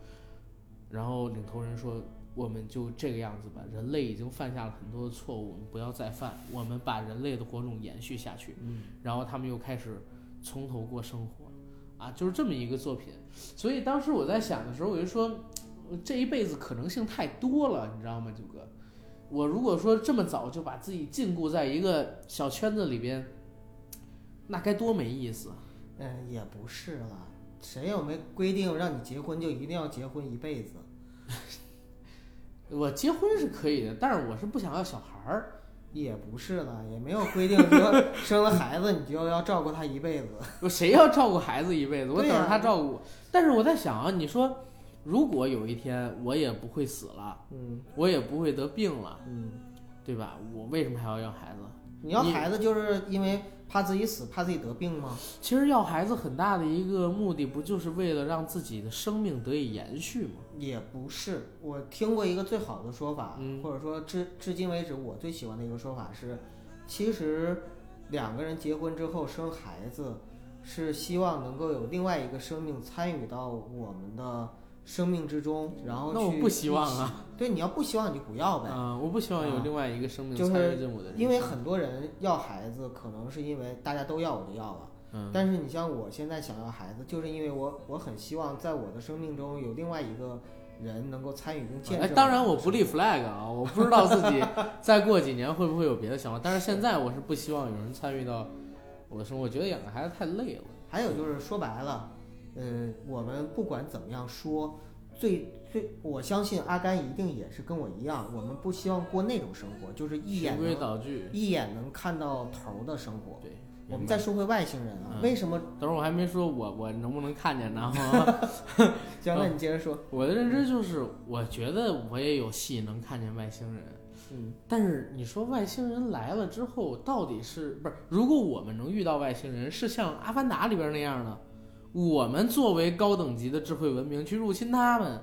然后领头人说：“我们就这个样子吧，人类已经犯下了很多的错误，我们不要再犯，我们把人类的火种延续下去。”
嗯，
然后他们又开始从头过生活，啊，就是这么一个作品。所以当时我在想的时候，我就说，这一辈子可能性太多了，你知道吗，九哥？我如果说这么早就把自己禁锢在一个小圈子里边，那该多没意思啊！
嗯，也不是了，谁又没规定让你结婚就一定要结婚一辈子？
我结婚是可以的，但是我是不想要小孩儿。
也不是了，也没有规定 [laughs] 说生了孩子你就要照顾他一辈子。
我谁要照顾孩子一辈子？我
对
等
呀
着他照顾我。但是我在想啊，你说，如果有一天我也不会死了，
嗯
我也不会得病了，
嗯，
对吧？我为什么还要要孩子？
你要
你
孩子就是因为怕自己死，怕自己得病吗？
其实要孩子很大的一个目的，不就是为了让自己的生命得以延续吗？
也不是，我听过一个最好的说法，
嗯
或者说至至今为止我最喜欢的一个说法是，其实两个人结婚之后生孩子，是希望能够有另外一个生命参与到我们的生命之中，然后
那我
去
不希望啊，
对，你要不希望你就不要呗。
啊、我不希望有
啊
另外一个生命
就是
参与进我的人生，
因为很多人要孩子，可能是因为大家都要我就要了。
嗯，
但是你像我现在想要孩子，就是因为我我很希望在我的生命中有另外一个人能够参与并见证
哎，
的。
当然我不立 flag 啊，我不知道自己再过几年会不会有别的想法，但是现在我是不希望有人参与到我的生活，我觉得养个孩子太累了。
还有就是说白了，呃，我们不管怎么样说，最最我相信阿甘一定也是跟我一样，我们不希望过那种生活，就是一
循
眼
规
能
蹈矩，
一眼能看到头儿的生活。
对。
我们再说回外星人啊，
嗯
为什么？
等会儿我还没说我我能不能看见呢？ [laughs] 哈
行了，
嗯
你接着说。
我的认知就是，我觉得我也有戏能看见外星人，
嗯
但是你说外星人来了之后，到底是不是？如果我们能遇到外星人，是像《阿凡达》里边那样的，我们作为高等级的智慧文明去入侵他们，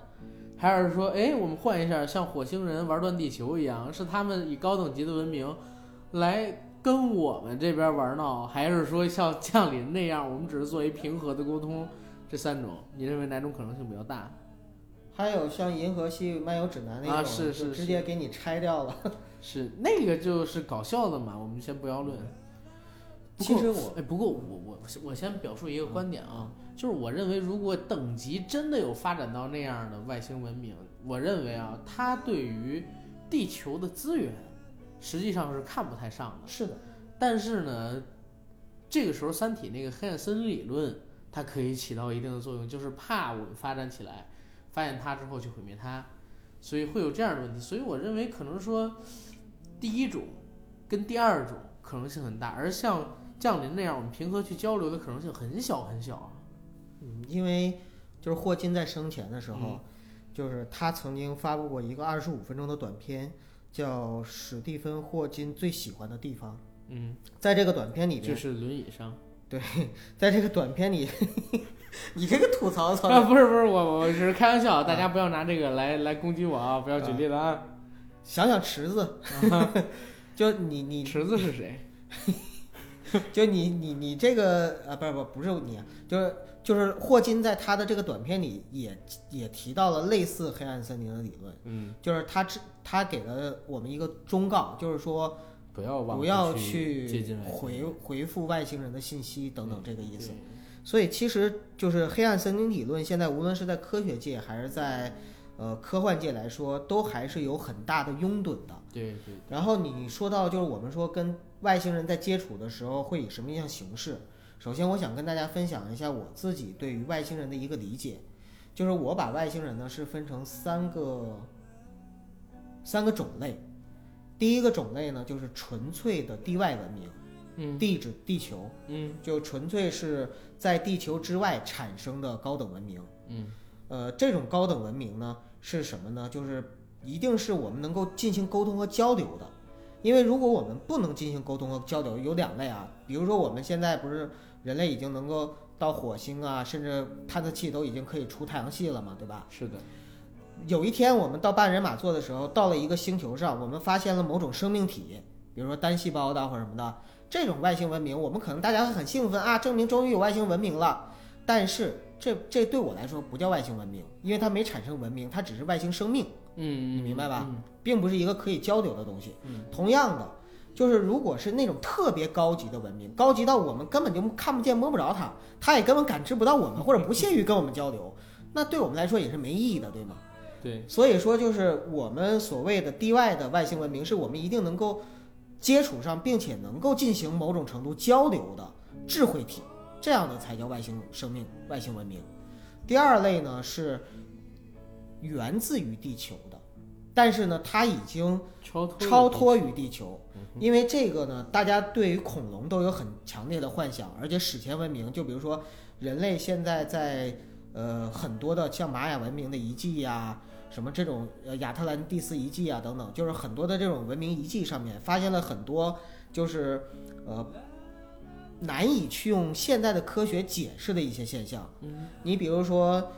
还是说，哎，我们换一下，像火星人玩断地球一样，是他们以高等级的文明来跟我们这边玩闹，还是说像降临那样，我们只是作为平和的沟通？这三种，你认为哪种可能性比较大？
还有像《银河系漫游指南》那种，
啊是
就是直接给你拆掉了。
是那个就是搞笑的嘛，我们先不要论。不
嗯其
过
实我
哎，不过我我我先表述一个观点啊，
嗯
就是我认为，如果等级真的有发展到那样的外星文明，我认为啊，它对于地球的资源实际上是看不太上的。
是的，
但是呢，这个时候《三体》那个黑暗森林理论，它可以起到一定的作用，就是怕我们发展起来，发现它之后去毁灭它，所以会有这样的问题。所以我认为可能说，第一种跟第二种可能性很大，而像降临那样我们平和去交流的可能性很小很小啊。
嗯，因为就是霍金在生前的时候，
嗯
就是他曾经发布过一个二十五分钟的短片，叫《史蒂芬·霍金最喜欢的地方》。
嗯，
在这个短片里边，
就是轮椅上，
对，在这个短片里， [laughs] 你这个吐槽
[laughs] [laughs] 啊，
操，
不是不是，我我是开玩笑，啊大家不要拿这个来来攻击我啊！不要举例了啊！
想想池子， [laughs] 就你你
池子是谁？
就你你你这个啊，不是不不是你啊，就是就是霍金在他的这个短片里也也提到了类似黑暗森林的理论，
嗯，
就是他之他给了我们一个忠告，就是说
不要忘，
不要
去接
去
近外星
回
人嗯
回复外星人的信息等等这个意思。。
对
所以其实就是黑暗森林理论，现在无论是在科学界还是在呃科幻界来说，都还是有很大的拥趸的。
对对，
然后你说到就是我们说跟外星人在接触的时候会以什么样形式？首先，我想跟大家分享一下我自己对于外星人的一个理解，就是我把外星人呢是分成三个三个种类。第一个种类呢，就是纯粹的地外文明，
嗯
地指地球，
嗯
就纯粹是在地球之外产生的高等文明。
嗯
呃，这种高等文明呢是什么呢？就是一定是我们能够进行沟通和交流的，因为如果我们不能进行沟通和交流，有两类啊，比如说我们现在不是人类已经能够到火星啊，甚至探测器都已经可以出太阳系了嘛，对吧？
啊是的，
有一天我们到半人马座的时候，到了一个星球上，我们发现了某种生命体，比如说单细胞的或者什么的，这种外星文明，我们可能大家会很兴奋啊，证明终于有外星文明了。但是这这对我来说不叫外星文明，因为它没产生文明，它只是外星生命，
嗯，
你明白吧
嗯？
并不是一个可以交流的东西。
嗯
同样的，就是如果是那种特别高级的文明，高级到我们根本就看不见摸不着它，它也根本感知不到我们，或者不屑于跟我们交流，那对我们来说也是没意义的，对吗？
嗯对，
所以说，就是我们所谓的地外的外星文明，是我们一定能够接触上，并且能够进行某种程度交流的智慧体，这样的才叫外星生命、外星文明。第二类呢是源自于地球的，但是呢，它已经
超脱
超
超
脱于地球
嗯，
因为这个呢，大家对于恐龙都有很强烈的幻想，而且史前文明，就比如说人类现在在呃很多的像玛雅文明的遗迹呀、什么这种呃亚特兰蒂斯遗迹啊等等，就是很多的这种文明遗迹上面发现了很多就是呃难以去用现代的科学解释的一些现象。
嗯
你比如说，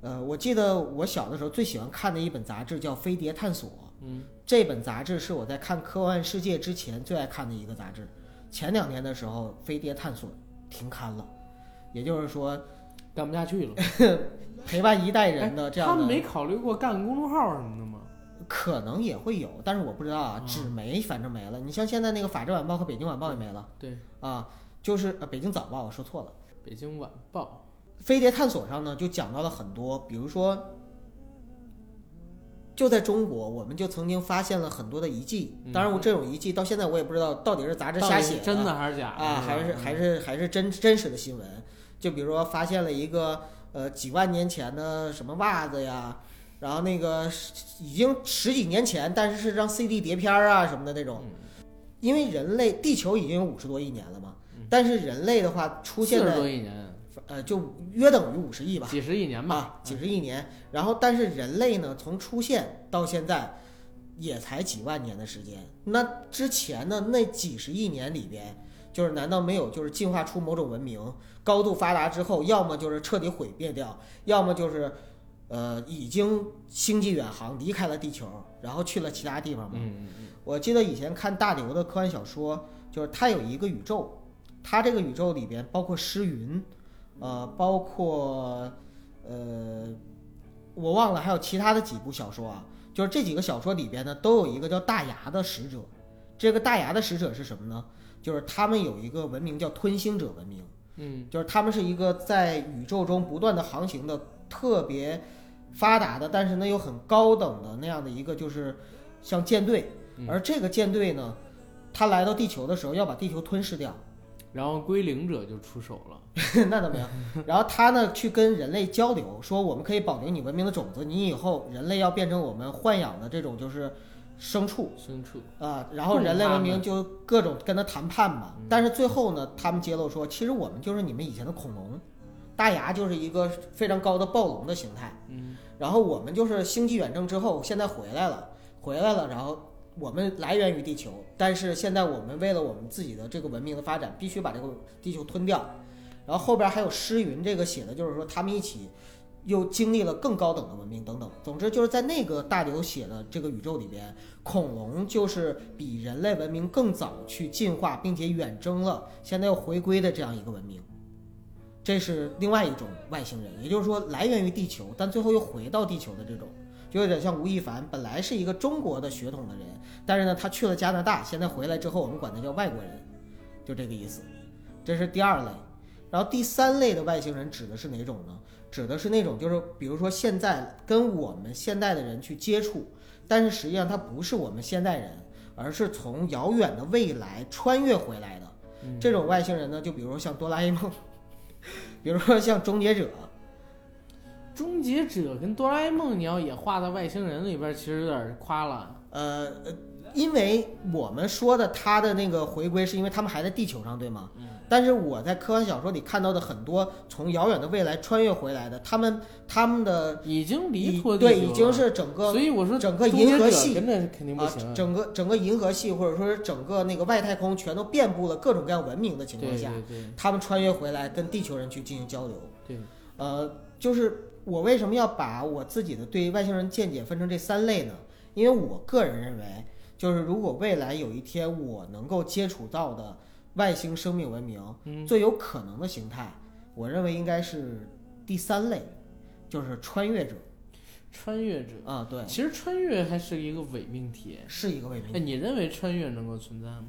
呃，我记得我小的时候最喜欢看的一本杂志叫《飞碟探索》。
嗯
这本杂志是我在看《科幻世界》之前最爱看的一个杂志。前两年的时候，《飞碟探索》停刊了，也就是说，
干不下去了。
陪伴一代人的这
哎他
样
们
的
没考虑过干公众号什么的吗？
可能也会有，但是我不知道啊
嗯。
纸媒反正没了，你像现在那个《法制晚报》和《北京晚报》也没了
对，
啊，就是呃《北京早报》我说错了。
北京晚报，
飞碟探索上呢，就讲到了很多，比如说，就在中国，我们就曾经发现了很多的遗迹。
嗯
当然，我这种遗迹到现在我也不知道到底是杂志瞎
到底
写
是真的还是嗯假的
啊，还是还是还是真真实的新闻。就比如说发现了一个呃几万年前的什么袜子呀，然后那个是已经十几年前，但是是张 CD 碟片儿啊什么的那种。因为人类地球已经有五十多亿年了嘛，
嗯
但是人类的话出现
四十
的
多亿年，
呃就约等于五十亿吧，
几十亿年吧
啊，，几十亿年。然后，但是人类呢，从出现到现在，也才几万年的时间。那之前呢，那几十亿年里边，就是难道没有就是进化出某种文明，高度发达之后，要么就是彻底毁灭掉，要么就是，呃，已经星际远航离开了地球，然后去了其他地方吗？
嗯嗯嗯，
我记得以前看大刘的科幻小说，就是他有一个宇宙，他这个宇宙里边包括诗云，呃，包括呃，我忘了还有其他的几部小说啊，就是这几个小说里边呢，都有一个叫大牙的使者。这个大牙的使者是什么呢？就是他们有一个文明叫吞星者文明，
嗯
就是他们是一个在宇宙中不断的航行的特别发达的，但是呢又很高等的那样的一个就是像舰队
嗯，
而这个舰队呢，它来到地球的时候要把地球吞噬掉， [laughs]
然后归零者就出手了，
那倒没有。然后它呢去跟人类交流，说我们可以保留你文明的种子，你以后人类要变成我们豢养的这种就是牲畜，
牲畜，
啊，然后人类文明就各种跟他谈判嘛
嗯。
但是最后呢，他们揭露说，其实我们就是你们以前的恐龙，大牙就是一个非常高的暴龙的形态。
嗯
然后我们就是星际远征之后，现在回来了，回来了，然后我们来源于地球，但是现在我们为了我们自己的这个文明的发展，必须把这个地球吞掉。然后后边还有诗云这个写的就是说他们一起又经历了更高等的文明等等。总之就是在那个大刘写的这个宇宙里边，恐龙就是比人类文明更早去进化，并且远征了，现在又回归的这样一个文明。这是另外一种外星人，也就是说来源于地球，但最后又回到地球的这种。就有点像吴亦凡，本来是一个中国的血统的人，但是呢，他去了加拿大，现在回来之后，我们管他叫外国人，就这个意思。这是第二类，然后第三类的外星人指的是哪种呢？指的是那种就是，比如说现在跟我们现代的人去接触，但是实际上他不是我们现代人，而是从遥远的未来穿越回来的。
嗯
这种外星人呢，就比如说像哆啦 A 梦，比如说像终结者，
终结者跟哆啦 A 梦，你要也画到外星人里边，其实有点夸了。
呃，呃因为我们说的他的那个回归，是因为他们还在地球上，对吗？
嗯。
但是我在科幻小说里看到的很多从遥远的未来穿越回来的，他们他们的
已经离
呃已
脱地球
对
了
已经，是整个
所以我说
整个银河
终
系
结者真的肯定不
啊、
行。
整个整个银河系或者说是整个那个外太空全都遍布了各种各样文明的情
对
况下，
对对
他们穿越回来跟地球人去进行交流。
对，
呃，就是我为什么要把我自己的对外星人见解分成这三类呢？因为我个人认为，就是如果未来有一天我能够接触到的外星生命文明，
嗯，
最有可能的形态，我认为应该是第三类，就是穿越者
穿越者，
啊，对，
其实穿越还是一个伪命题。
是一个未
哎，
名。
你认为穿越能够存在吗？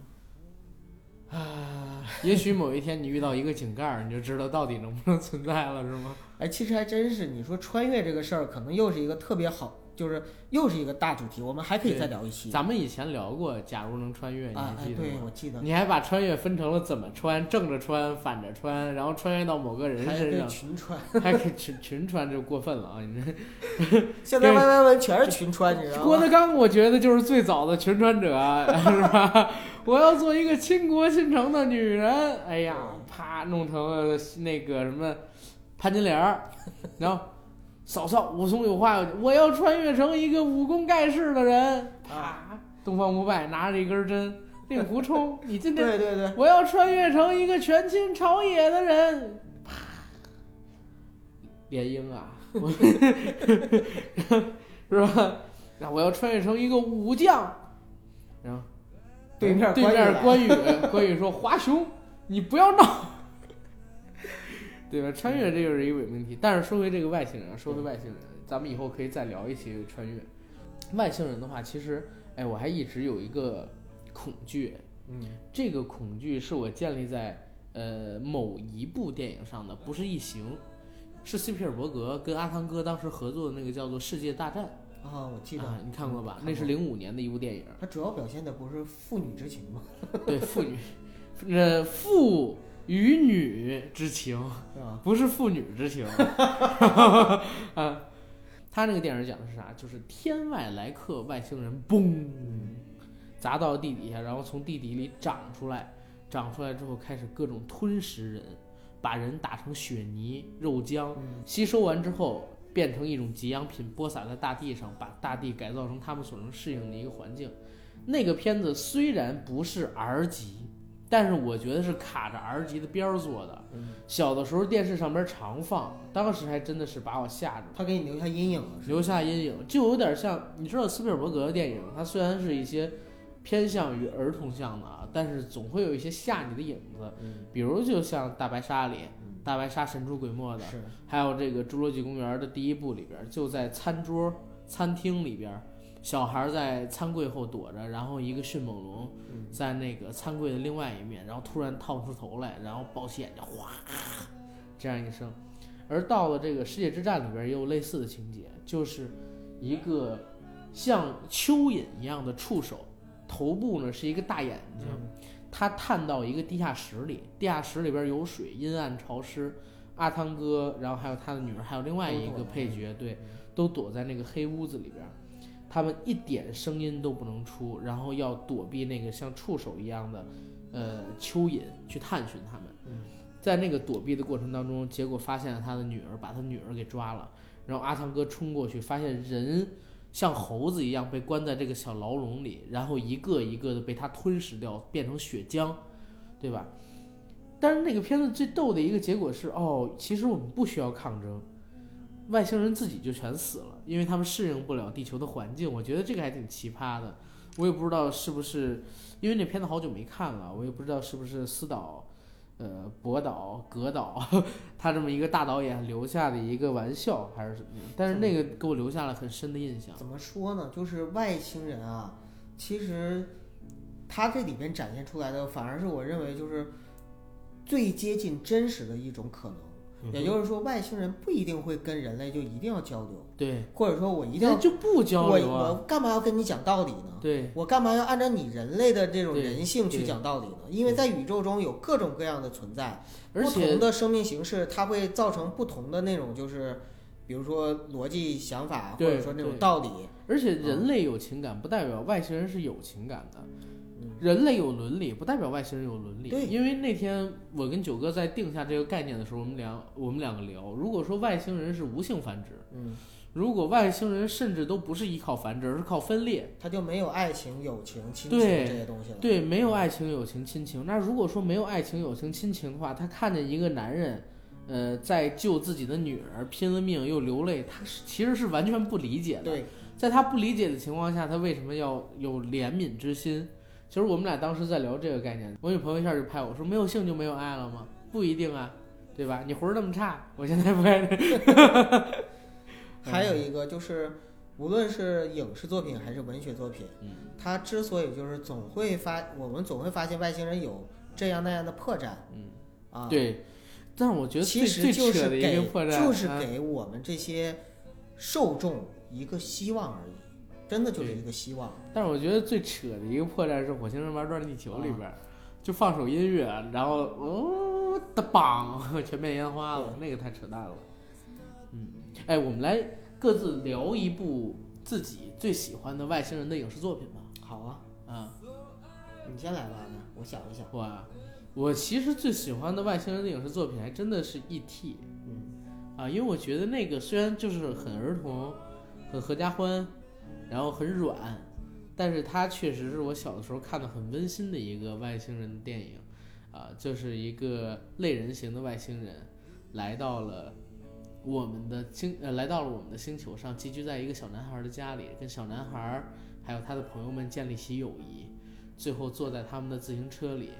啊， [laughs] 也许某一天你遇到一个井盖儿，你就知道到底能不能存在了，是吗？
哎，其实还真是，你说穿越这个事儿，可能又是一个特别好，就是又是一个大主题，我们还可以再聊一期。
咱们以前聊过，假如能穿越，你
啊，
还
哎
记，得
对，
吗？
我记得，
你还把穿越分成了怎么穿，正着穿、反着穿，然后穿越到某个人
还
身
对
上， [laughs]
群穿。
还可以群群穿就过分了啊！你这
现在 Y Y 文全是群穿，你知道
郭
吗？
德纲，我觉得就是最早的群穿
[laughs]
者，是吧？我要做一个倾国倾城的女人，哎呀，啪弄成了那个什么潘金莲
[laughs]
儿，然后嫂嫂，武松有话要讲，我要穿越成一个武功盖世的人，
啊
啪，东方不败拿着一根针，令狐冲，你今天
对对对，
我要穿越成一个权倾朝野的人。猎鹰啊，我 [laughs] 是吧？那我要穿越成一个武将，然后
对面
对
关羽
面关羽， [laughs]
来
关羽说：“华雄，你不要闹。” [laughs] 对吧？穿越这就是一个伪命题。但是说回这个外星人啊，说回外星人，咱们以后可以再聊一些穿越。外星人的话，其实，哎，我还一直有一个恐惧，
嗯
这个恐惧是我建立在呃某一部电影上的，不是《异形》，是斯皮尔伯格跟阿汤哥当时合作的那个叫做《世界大战》，
啊，我记得
啊，你看过吧？
嗯
那是零五年的一部电影，
他主要表现的不是父女之情吗？
[laughs] 对父女，呃父与女之情，
是吧？
不是父女之情，啊。他那个电影讲的是啥？就是天外来客，外星人嘣砸到地底下，然后从地底里长出来，长出来之后开始各种吞食人，把人打成雪泥、肉浆，
嗯
吸收完之后变成一种给养品，播撒在大地上，把大地改造成他们所能适应的一个环境。那个片子虽然不是 R 级，但是我觉得是卡着 R 级的边儿做的。
嗯，
小的时候电视上边常放，当时还真的是把我吓着了。
他给你留下阴影了，是吧？
留下阴影，就有点像你知道斯皮尔伯格的电影，它虽然是一些偏向于儿童向的啊，但是总会有一些吓你的影子，
嗯
比如就像《大白鲨》里，《
嗯，
大白鲨神出鬼没》的，
是，
还有这个《侏罗纪公园》的第一部里边，就在餐桌餐厅里边，小孩在餐柜后躲着，然后一个迅猛龙
嗯
在那个餐柜的另外一面，然后突然探出头来，然后抱起眼睛，哗，这样一声。而到了这个《世界之战》里边，也有类似的情节，就是一个像蚯蚓一样的触手，头部呢是一个大眼睛，
嗯
他探到一个地下室里，地下室里边有水，阴暗潮湿。阿汤哥，然后还有他的女儿，还有另外一个配角，对，
嗯
都躲在那个黑屋子里边儿，他们一点声音都不能出，然后要躲避那个像触手一样的，呃，蚯蚓去探寻他们
嗯。
在那个躲避的过程当中，结果发现了他的女儿，把他女儿给抓了。然后阿汤哥冲过去，发现人像猴子一样被关在这个小牢笼里，然后一个一个的被它吞噬掉，变成血浆，对吧？但是那个片子最逗的一个结果是，哦，其实我们不需要抗争，外星人自己就全死了，因为他们适应不了地球的环境。我觉得这个还挺奇葩的，我也不知道是不是，因为那片子好久没看了，我也不知道是不是司导。呃，博导、葛导， [laughs] 他这么一个大导演留下的一个玩笑还是什么样？但是那个给我留下了很深的印象。
怎么说呢？就是外星人啊，其实他这里边展现出来的，反而是我认为就是最接近真实的一种可能。
嗯
也就是说，外星人不一定会跟人类就一定要交流，
对，
或者说我一定
那
要
就不交流
我
啊。
我干嘛要跟你讲道理呢？
对，
我干嘛要按照你人类的这种
对
人性去
对
讲道理呢？因为在宇宙中有各种各样的存在，
而
不同
且
的生命形式，它会造成不同的那种就是，比如说逻辑想法，或
对
者说那种
对
道理。
而且人类有情感，不代表外星人是有情感的。
嗯
人类有伦理，不代表外星人有伦理
对。
因为那天我跟九哥在定下这个概念的时候，我们俩我们两个聊，如果说外星人是无性繁殖，
嗯，
如果外星人甚至都不是依靠繁殖，而是靠分裂，
它就没有爱情、友情、亲情
对
这些东西了。
对，没有爱情、友情、亲情。那如果说没有爱情、友情、亲情的话，他看见一个男人，呃，在救自己的女儿，拼了命又流泪，他是其实是完全不理解的。
对，
在他不理解的情况下，他为什么要有怜悯之心？其实我们俩当时在聊这个概念，我女朋友一下就拍我说：“没有性就没有爱了吗？不一定啊，对吧？你魂儿那么差，我现在不爱你。嗯
还有一个就是，无论是影视作品还是文学作品，
嗯
它之所以就是总会发，我们总会发现外星人有这样那样的破绽”
嗯，
啊。，
对。但是我觉得最
其实
最
就
扯
是
的一个
给
破绽
就是
啊
给我们这些受众一个希望而已，真的就是一个希望。
但是我觉得最扯的一个破绽是《火星人玩转地球》里边儿，就放首音乐，然后哦的梆，全变烟花了，那个太扯淡了。嗯，哎，我们来各自聊一部自己最喜欢的外星人的影视作品吧。
好啊，
啊，
你先来吧，那我想一想。
我我其实最喜欢的外星人的影视作品还真的是 E.T.
嗯，
啊，因为我觉得那个虽然就是很儿童，很合家欢，然后很软，但是它确实是我小的时候看的很温馨的一个外星人电影，啊，就是一个类人型的外星人来到了我们的星呃来到了我们的星球上，寄居在一个小男孩的家里，跟小男孩儿还有他的朋友们建立起友谊，最后坐在他们的自行车里，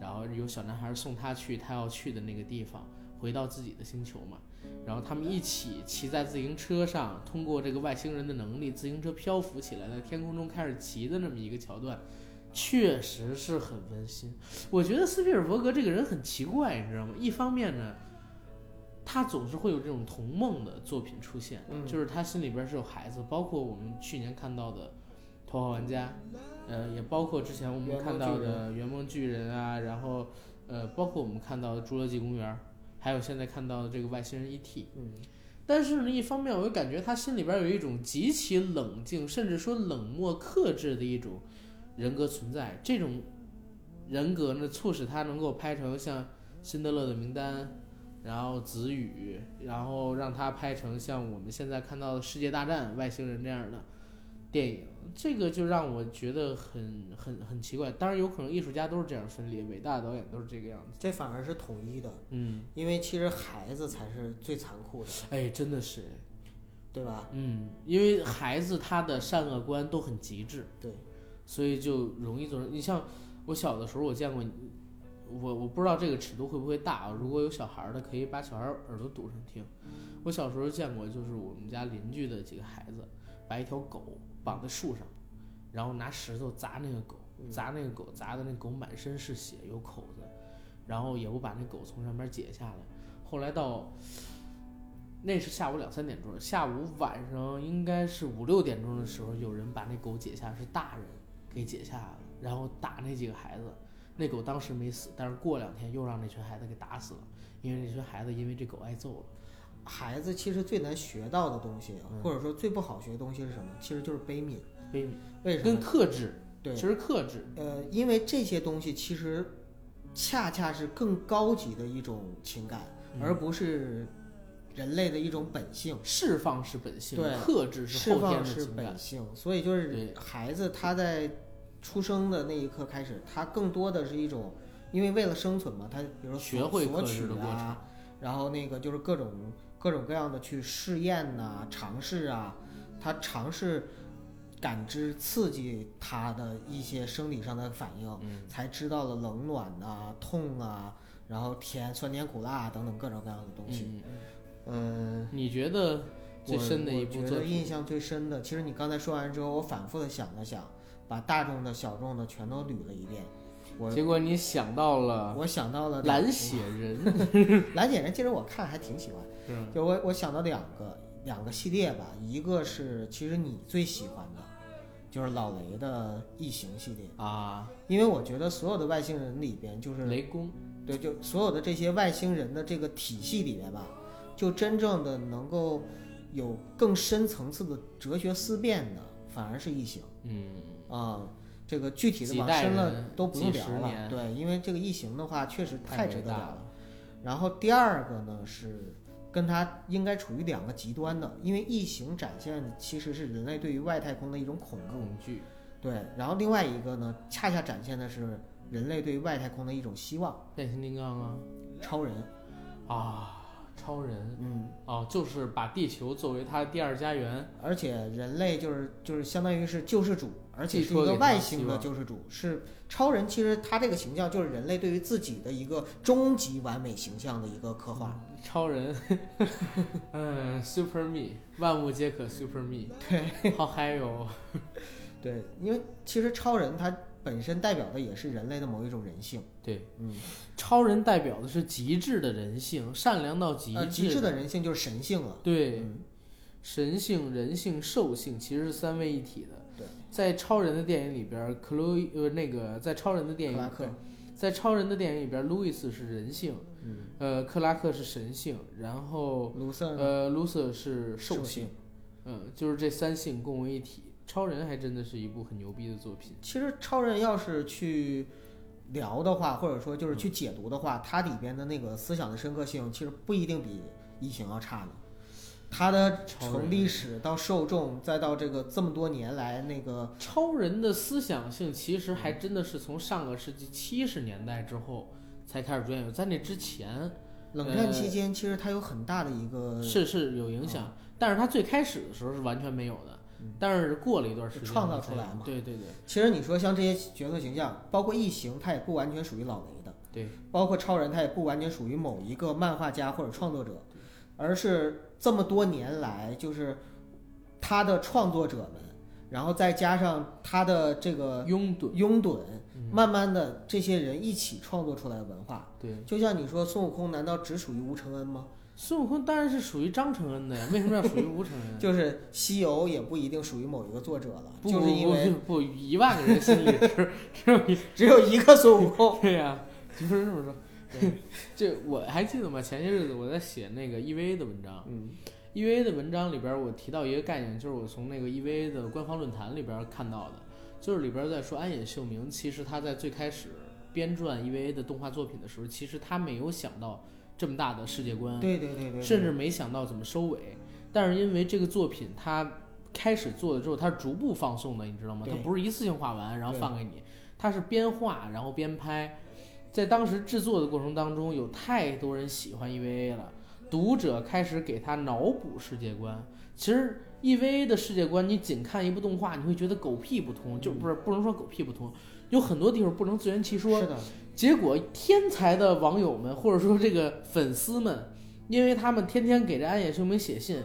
然后由小男孩送他去他要去的那个地方，回到自己的星球嘛。然后他们一起骑在自行车上，通过这个外星人的能力，自行车漂浮起来，在天空中开始骑的那么一个桥段，确实是很温馨。我觉得斯皮尔伯格这个人很奇怪，你知道吗？一方面呢，他总是会有这种童梦的作品出现，
嗯
就是他心里边是有孩子，包括我们去年看到的《头号玩家》，呃，也包括之前我们看到的《圆梦巨人》啊，然后呃，包括我们看到的《侏罗纪公园》，还有现在看到的这个外星人 ET。
嗯，
但是呢，一方面我又感觉他心里边有一种极其冷静，甚至说冷漠克制的一种人格存在。这种人格呢，促使他能够拍成像《辛德勒的名单》，然后《子语》，然后让他拍成像我们现在看到的《世界大战》外星人这样的电影。这个就让我觉得很很很奇怪。当然，有可能艺术家都是这样分裂，伟大的导演都是这个样子。
这反而是统一的，
嗯，
因为其实孩子才是最残酷的，
哎，真的是，
对吧？
嗯，因为孩子他的善恶观都很极致，
对，
所以就容易做成。你像我小的时候，我见过你，我我不知道这个尺度会不会大啊。如果有小孩儿的，可以把小孩儿耳朵堵上听。我小时候见过，就是我们家邻居的几个孩子，把一条狗绑在树上，然后拿石头砸那个狗，
嗯
砸那个狗，砸的那狗满身是血，有口子，然后也不把那狗从上面解下来。后来到那是下午两三点钟，下午晚上应该是五六点钟的时候，有人把那狗解下，是大人给解下来了，然后打那几个孩子。那狗当时没死，但是过两天又让那群孩子给打死了，因为那群孩子因为这狗挨揍了。
孩子其实最难学到的东西，
嗯
或者说最不好学的东西是什么？其实就是悲悯。
悲
为什
跟
么？
克制，
对
其，实克制，
呃，因为这些东西其实恰恰是更高级的一种情感，
嗯
而不是人类的一种本性，
释放是本性
对，
克制是
释
后天
放
的
是
情感
本。性，所以就是
对
孩子他在出生的那一刻开始，他更多的是一种，因为为了生存嘛，他比如说
学会
索
克制
取
的过
啊，然后那个就是各种各种各样的去试验呐、尝试啊，他尝试感知刺激他的一些生理上的反应，
嗯，
才知道了冷暖呐、痛啊，然后甜、酸、甜、苦、辣啊等等各种各样的东西。
嗯，
嗯，
你觉得最
我
深的一部
我觉
作
得
品
印象最深的，其实你刚才说完之后，我反复的想了想，把大众的、小众的全都捋了一遍。我
结果你想到了
我想到了两
蓝血人，
[laughs] 蓝血人，其实我看还挺喜欢。
是吗
就我我想到两个两个系列吧，一个是其实你最喜欢的，就是老雷的异形系列，
啊，
因为我觉得所有的外星人里边，就是
雷公，
对，就所有的这些外星人的这个体系里面吧，就真正的能够有更深层次的哲学思辨的，反而是异形
嗯，
啊、这个具体的
几
往
代
深了
人
都不用
几
聊
十
了，
年
对，因为这个异形的话确实太
太
值
伟
得
大
聊了。然后第二个呢是跟它应该处于两个极端的，因为异形展现的其实是人类对于外太空的一种恐惧，
恐惧，
对，然后另外一个呢恰恰展现的是人类对于外太空的一种希望，
变形金刚啊
超人，
啊，超人
嗯。
哦，就是把地球作为他的第二家园，
而且人类就是就是相当于是救世主，而且
寄
是一
托
个
给他
外
的
星
希
的
望
救世主，是超人。其实他这个形象就是人类对于自己的一个终极完美形象的一个刻画。
超人，嗯，Super Me，万物皆可 Super Me，对，好嗨哟，
对，因为其实超人他本身代表的也是人类的某一种人性，
对，
嗯，
超人代表的是极致的人性，善良到极
呃，极致
致
的，人性就是神性了。
对，
嗯，
神性、人性、兽性其实是三位一体的。
对，
在超人的电影里边儿，克洛伊呃那个在超人的电影
克
里
拉
边
克
儿，，在超人的电影里边儿，路易斯是人性，
嗯，
呃，克拉克是神性，然后
卢瑟呢
呃，卢瑟是兽
兽
性，，嗯，就是这三性共为一体。超人还真的是一部很牛逼的作品，
其实超人要是去聊的话，或者说就是
嗯
去解读的话，它里边的那个思想的深刻性，其实不一定比异形要差呢。它的
超
从
人
历史到受众，再到这个这么多年来那个，
超人的思想性其实
嗯
还真的是从上个世纪七十年代之后才开始转有，在那之前，
冷战
呃
期间，其实它有很大的一个
是是有影响，但是他最开始的时候是完全没有的，
啊嗯
但是过了一段时间
创造出
才有
来嘛
对对对
其实你说像这些角色形象，包括异形，它也不完全属于老雷的；
对，
包括超人，它也不完全属于某一个漫画家或者创作者，而是这么多年来，就是他的创作者们，然后再加上他的这个
拥趸，
拥趸，
嗯
慢慢的这些人一起创作出来的文化。
对，
就像你说，孙悟空难道只属于吴承恩吗？
孙悟空当然是属于张承恩的呀，为什么要属于吴承恩？
就是《西游》也不一定属于某一个作者了，
嗯不
[laughs] 就是因为
不不不，一万个人心里只 [laughs] 只有一
只有一个孙悟
[laughs]
空。
对呀、你不是这么说。这我还记得吗？前些日子我在写那个 EVA 的文章
嗯
，EVA 的文章里边我提到一个概念，就是我从那个 EVA 的官方论坛里边看到的，就是里边在说安野秀明，其实他在最开始编撰 EVA 的动画作品的时候，其实他没有想到这么大的世界观，
对对对对对，
嗯甚至没想到怎么收尾。但是因为这个作品它开始做了之后，它是逐步放送的，你知道吗？
对
它不是一次性画完然后
对
放给你，它是边画然后边拍。在当时制作的过程当中，有太多人喜欢 EVA 了，读者开始给他脑补世界观。其实 EVA 的世界观，你仅看一部动画，你会觉得狗屁不通，就不是不能说狗屁不通，有很多地方不能自圆其说。
是的，
结果天才的网友们，或者说这个粉丝们，因为他们天天给这安野秀明写信，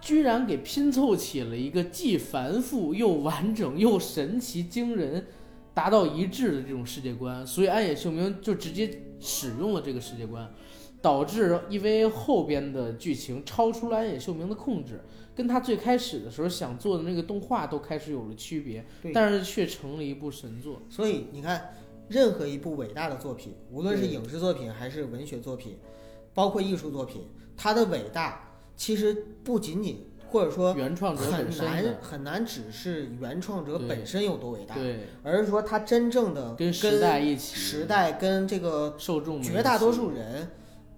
居然给拼凑起了一个既繁复又完整又神奇惊人、达到一致的这种世界观，所以安野秀明就直接使用了这个世界观。导致 EVA 后边的剧情超出了安野秀明的控制，跟他最开始的时候想做的那个动画都开始有了区别，
对。
但是却成了一部神作。
所以你看，任何一部伟大的作品，无论是
对
影视作品还是文学作品，包括艺术作品，它的伟大其实不仅仅或者说
原创者本
很
身
难
的
很难只是原创者
对
本身有多伟大，
对，
而是说它真正的
跟时代一起，
时代跟这个
受众们
绝大多数
一起
人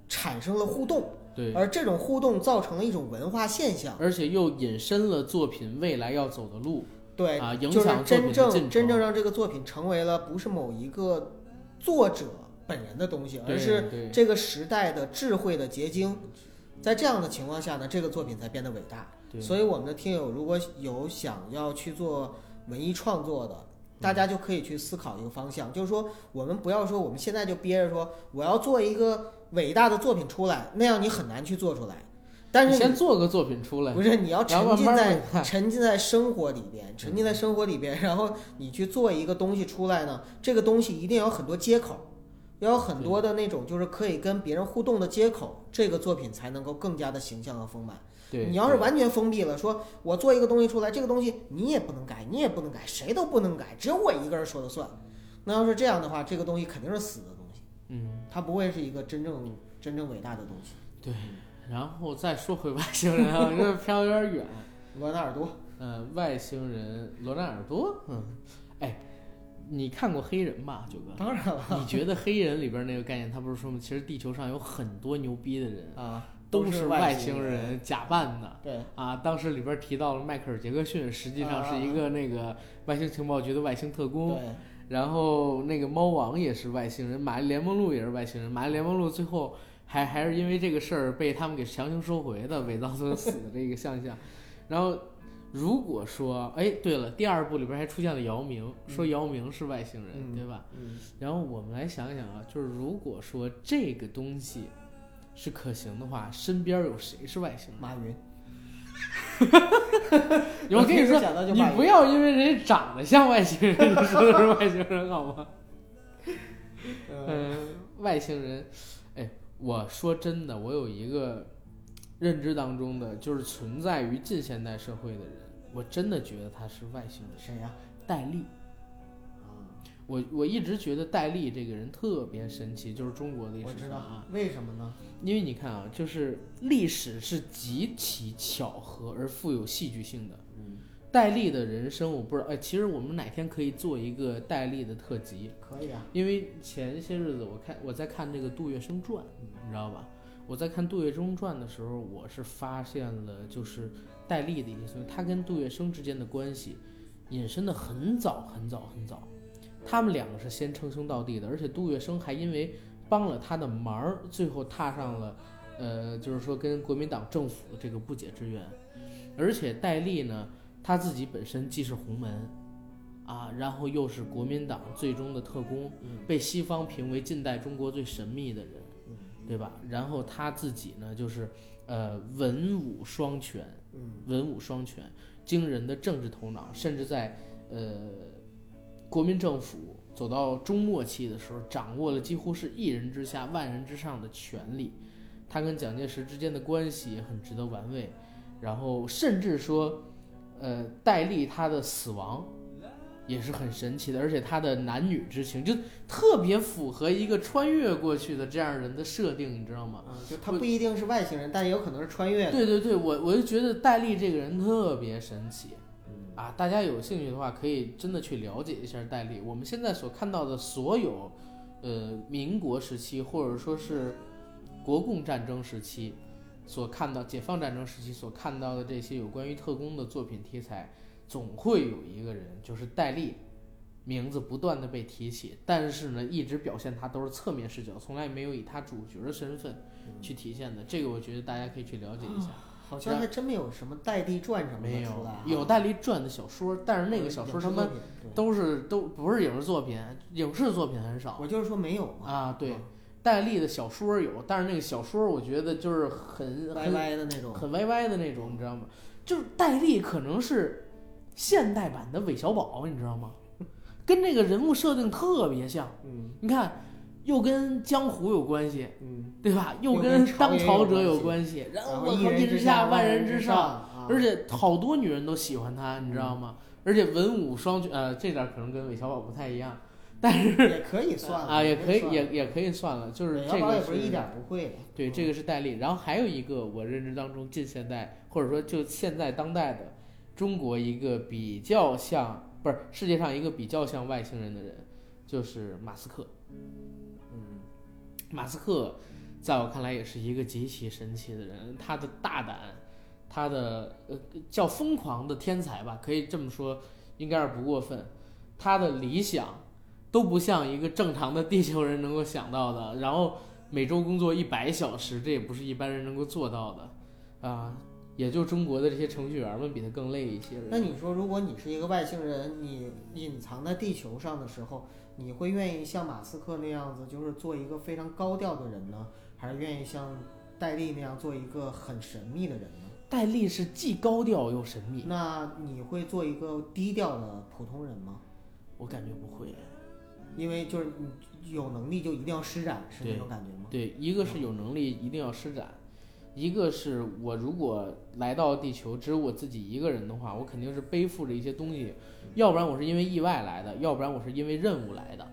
产生了互动，
对，
而这种互动造成了一种文化现象，
而且又引申了作品未来要走的路。
对，
啊影
就是
响作
真
品的进
正真
程
正让这个作品成为了不是某一个作者本人的东西，而
对
是
对
这个时代的智慧的结晶。在这样的情况下呢，这个作品才变得伟大。
对，
所以，我们的听友如果有想要去做文艺创作的，大家就可以去思考一个方向，就是说，我们不要说我们现在就憋着说我要做一个伟大的作品出来，那样你很难去做出来。但
你
是
先
你
做个作品出来，
不是你要
然后慢
沉浸
慢
在
儿看嗯
沉浸在生活里边，沉浸在生活里边，然后你去做一个东西出来呢，这个东西一定要有很多接口，要有很多的那种就是可以跟别人互动的接口，这个作品才能够更加的形象和丰满。
对，
你要是
对
完全封闭了，说我做一个东西出来，这个东西你也不能改，你也不能改，谁都不能改，只有我一个人说了算。那要是这样的话，这个东西肯定是死的东西，
嗯。
它不会是一个真正真正伟大的东西。
对，然后再说回外星人啊，这飘有点远。
罗纳尔多，
呃，外星人罗纳尔多，嗯，哎，你看过黑人吧，九哥？
当然了
你觉得黑人里边那个概念，他不是说吗？其实地球上有很多牛逼的人，
啊，
都
是
是
外
外星
人。
人假扮的。
对，
啊，当时里边提到了迈克尔·杰克逊，实际上是一个那个外星情报局的外星特工。
啊对，
然后那个猫王也是外星人，玛丽莲梦露也是外星人，玛丽莲梦露最后还还是因为这个事儿被他们给强行收回的，伪造成死的这个象象。然后如果说，哎，对了，第二部里边还出现了姚明，说姚明是外星人，
嗯
对吧？
嗯，
然后我们来想想啊，就是如果说这个东西是可行的话，身边有谁是外星
[laughs]
人？
马云，
我跟你说，
想到就
你
马云
不要因为人家长得像外星人，你说他是外星人好吗？
嗯
嗯，外星人，哎，我说真的，我有一个认知当中的，就是存在于近现代社会的人，我真的觉得他是外星人。
[laughs] 谁呀？
戴笠，
啊，
我我一直觉得戴笠这个人特别神奇，就是中国历
我
史
知
上
道
啊，，
为什么呢？
因为你看啊，就是历史是极其巧合而富有戏剧性的。
嗯，
戴笠的人生，我不知道，哎，其实我们哪天可以做一个戴笠的特辑，
可以啊，
因为前些日子我看我在看这个《杜月笙传》，你知道吧？我在看《杜月笙传》的时候，我是发现了就是戴笠的一些东西，他跟杜月笙之间的关系引申的很早很早很早。他们两个是先称兄道弟的，而且杜月笙还因为帮了他的忙儿，最后踏上了，呃，就是说跟国民党政府的这个不解之缘。而且戴笠呢，他自己本身既是洪门，啊，然后又是国民党最终的特工，
嗯
被西方评为近代中国最神秘的人，
嗯
对吧？然后他自己呢，就是呃文武双全，
嗯，
文武双全，惊人的政治头脑，甚至在呃国民政府走到中末期的时候，掌握了几乎是一人之下、万人之上的权力。他跟蒋介石之间的关系也很值得玩味，然后甚至说，呃，戴笠他的死亡也是很神奇的，而且他的男女之情就特别符合一个穿越过去的这样人的设定，你知道吗？
啊，就他不一定是外星人，但也有可能是穿越的。
对对对，我我就觉得戴笠这个人特别神奇
嗯
啊！大家有兴趣的话，可以真的去了解一下戴笠。我们现在所看到的所有，呃，民国时期或者说是国共战争时期所看到、解放战争时期所看到的这些有关于特工的作品题材，总会有一个人就是戴笠。名字不断的被提起，但是呢，一直表现他都是侧面视角，从来没有以他主角的身份去体现的。这个我觉得大家可以去了解一下。
嗯好像还真没有什么代地传什么
没
的
有
出来啊，
有戴笠传的小说，但是那个小说他们
影视作品对
都是都不是影视作品，影视作品很少
我就是说没有嘛，
啊。对，戴笠的小说有，但是那个小说我觉得就是很
歪
很
歪的那种，
很歪歪的那种，你知道吗？就是戴笠可能是现代版的韦小宝，你知道吗？跟这个人物设定特别像，
嗯
你看，又跟江湖有关系，
嗯，
对吧？又
又
跟
跟朝
当
野
朝
有
者有
关
关系，然
然
后
后
我
一
靠，
人
天
之
下万
人
人之
上
上。
啊，嗯
而且好多女人都喜欢他，你知道吗？而且文武双全，呃，这点儿可能跟韦小宝不太一样
也可以算了
啊，也可以，
算了
也也可以算了，就是
韦
这
小宝
个
也不是一点儿不会的，
对，这个是戴笠。然后还有一个我认知当中近现代或者说就现在当代的中国一个比较像，不是世界上一个比较像外星人的人，就是马斯克。
嗯
马斯克在我看来也是一个极其神奇的人。他的大胆，他的呃叫疯狂的天才吧，可以这么说，应该是不过分。他的理想都不像一个正常的地球人能够想到的，然后每周工作一百小时，这也不是一般人能够做到的，啊、也就中国的这些程序员们比他更累一些。
那你说，如果你是一个外星人，你隐藏在地球上的时候，你会愿意像马斯克那样子，就是做一个非常高调的人呢，还是愿意像戴笠那样做一个很神秘的人呢？
戴笠是既高调又神秘，
那你会做一个低调的普通人吗？
我感觉不会。
因为就是你有能力就一定要施展，是那种感觉吗？
对，一个是有能力一定要施展，一个是我如果来到地球只有我自己一个人的话，我肯定是背负着一些东西，要不然我是因为意外来的，要不然我是因为任务来的，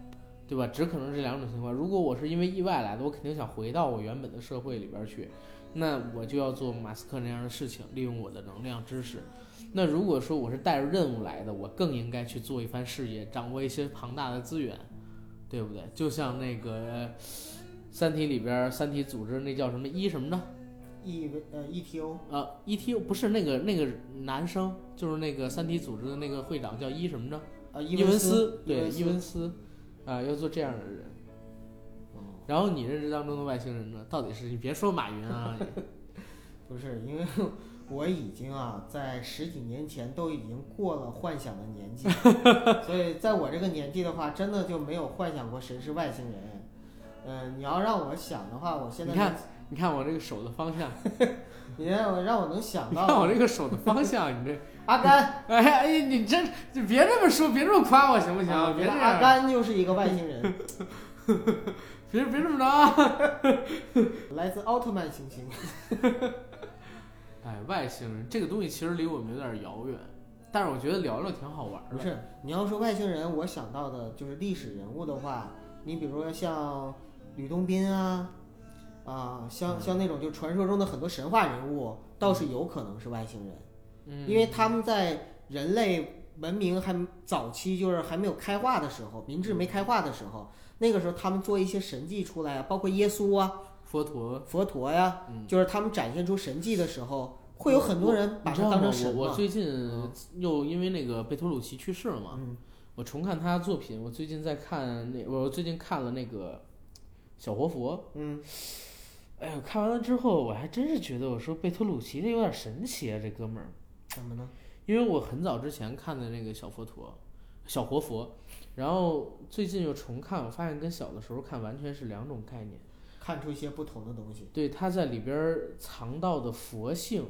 对吧？只可能是两种情况。如果我是因为意外来的，我肯定想回到我原本的社会里边儿去，那我就要做马斯克那样的事情，利用我的能量知识。那如果说我是带着任务来的，我更应该去做一番事业，掌握一些庞大的资源，对不对？就像那个《三体》里边儿，三体组织那叫什么一什么呢？
E 呃 ETO
呃，E.T. 不是那个那个男生，就是那个三体组织的那个会长叫伊什么着？
呃
伊
文
斯，对，伊
伊
文
文
斯，啊、要做这样的人。
哦
然后你认知当中的外星人呢，到底是你别说马云
[laughs]
啊，
不是，因为 [laughs] 我已经啊，在十几年前都已经过了幻想的年纪，
[laughs]
所以在我这个年纪的话，真的就没有幻想过谁是外星人。嗯、你要让我想的话，我现在
你看，你看我这个手的方向，
你让我让我能想
你看
到
我这个手的方向，你这，
阿甘，
哎哎，你这你别这么说，别这么夸我行不行？
啊我
别
觉得
这
阿
样，
甘就是一个外星人，
别别这么着啊！
来自奥特曼行星。
哎，外星人这个东西其实离我们有点遥远，但是我觉得聊聊挺好玩
不
的。
是，你要说外星人，我想到的就是历史人物的话，你比如说像吕洞宾啊，啊，
嗯
像像那种就传说中的很多神话人物，倒是有可能是外星人，
嗯，
因为他们在人类文明还早期，就是还没有开化的时候，民智
嗯
没开化的时候，那个时候他们做一些神迹出来啊，包括耶稣啊、
嗯佛陀，
佛陀呀、
嗯。
就是他们展现出神迹的时候，会有很多人把
你知
他
道
当
吗
成？
我
神
我
嘛。
最近
嗯
又因为那个贝托鲁奇去世了嘛，
嗯，
我重看他的作品。我最近在看那，我最近看了那个《小活佛》。
嗯。
哎呦，看完了之后，我还真是觉得，我说贝托鲁奇这有点神奇啊，这哥们儿。
怎么呢？
因为我很早之前看的那个小佛陀、小活佛，然后最近又重看，我发现跟小的时候看完全是两种概念。
看出一些不同的东西。
对，他在里边儿藏到的佛性，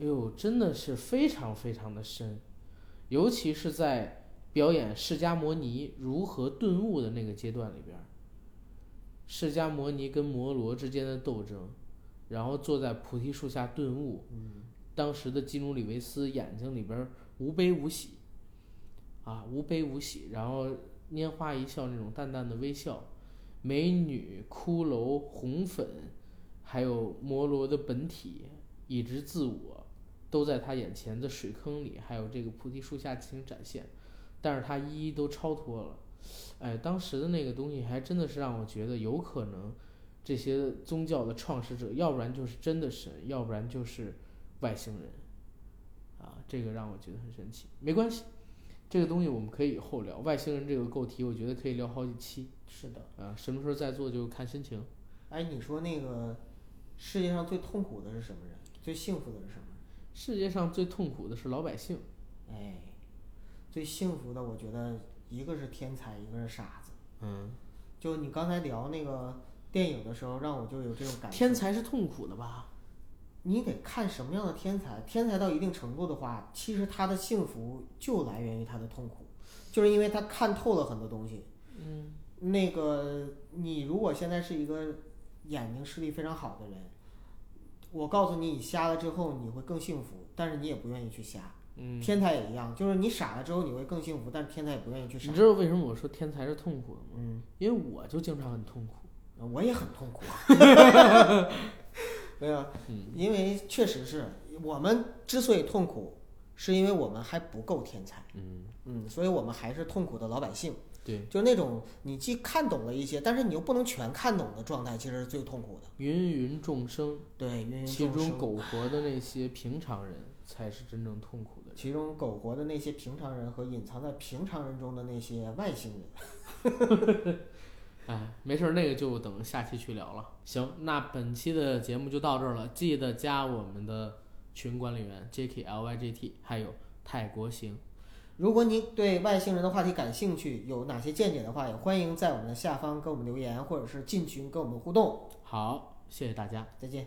哎呦，真的是非常非常的深，尤其是在表演释迦摩尼如何顿悟的那个阶段里边儿，释迦摩尼跟摩罗之间的斗争，然后坐在菩提树下顿悟，
嗯，
当时的基努里维斯眼睛里边儿无悲无喜，啊，无悲无喜，然后拈花一笑那种淡淡的微笑，美女、骷髅、红粉，还有摩罗的本体以及自我，都在他眼前的水坑里，还有这个菩提树下进行展现，但是他一一都超脱了。哎，当时的那个东西还真的是让我觉得有可能，这些宗教的创始者，要不然就是真的神，要不然就是外星人，啊，这个让我觉得很神奇。没关系，这个东西我们可以以后聊。外星人这个构题，我觉得可以聊好几期
是的。
啊，什么时候再做就看心情。
哎，你说那个世界上最痛苦的是什么人？最幸福的是什么人？
世界上最痛苦的是老百姓，
哎，最幸福的，我觉得一个是天才，一个是傻子。
嗯，
就你刚才聊那个电影的时候，让我就有这种感觉。
天，才是痛苦的吧？
你得看什么样的天才。天才到一定程度的话，其实他的幸福就来源于他的痛苦，就是因为他看透了很多东西。
嗯，
那个，你如果现在是一个眼睛视力非常好的人，我告诉你，你瞎了之后你会更幸福，但是你也不愿意去瞎。
嗯，
天才也一样，就是你傻了之后你会更幸福，但是天才也不愿意去傻
你。知道为什么我说天才是痛苦的吗？
嗯，
因为我就经常很痛苦。
我也很痛苦。
[laughs]
没有，
嗯
因为确实是我们之所以痛苦，是因为我们还不够天才。
嗯，
嗯，所以我们还是痛苦的老百姓。
对，
就那种你既看懂了一些，但是你又不能全看懂的状态，其实是最痛苦的。
芸芸众生，
对，芸芸
其
众
中
生，
苟活的那些平常人才是真正痛苦的人。
其中苟活的那些平常人和隐藏在平常人中的那些外星人，
哎，没事儿，那个就等下期去聊了。行，那本期的节目就到这儿了，记得加我们的群管理员 JKLYGT，还有泰国行。
如果你对外星人的话题感兴趣，有哪些见解的话，也欢迎在我们的下方给我们留言，或者是进群跟我们互动。
好，谢谢大家。
再见。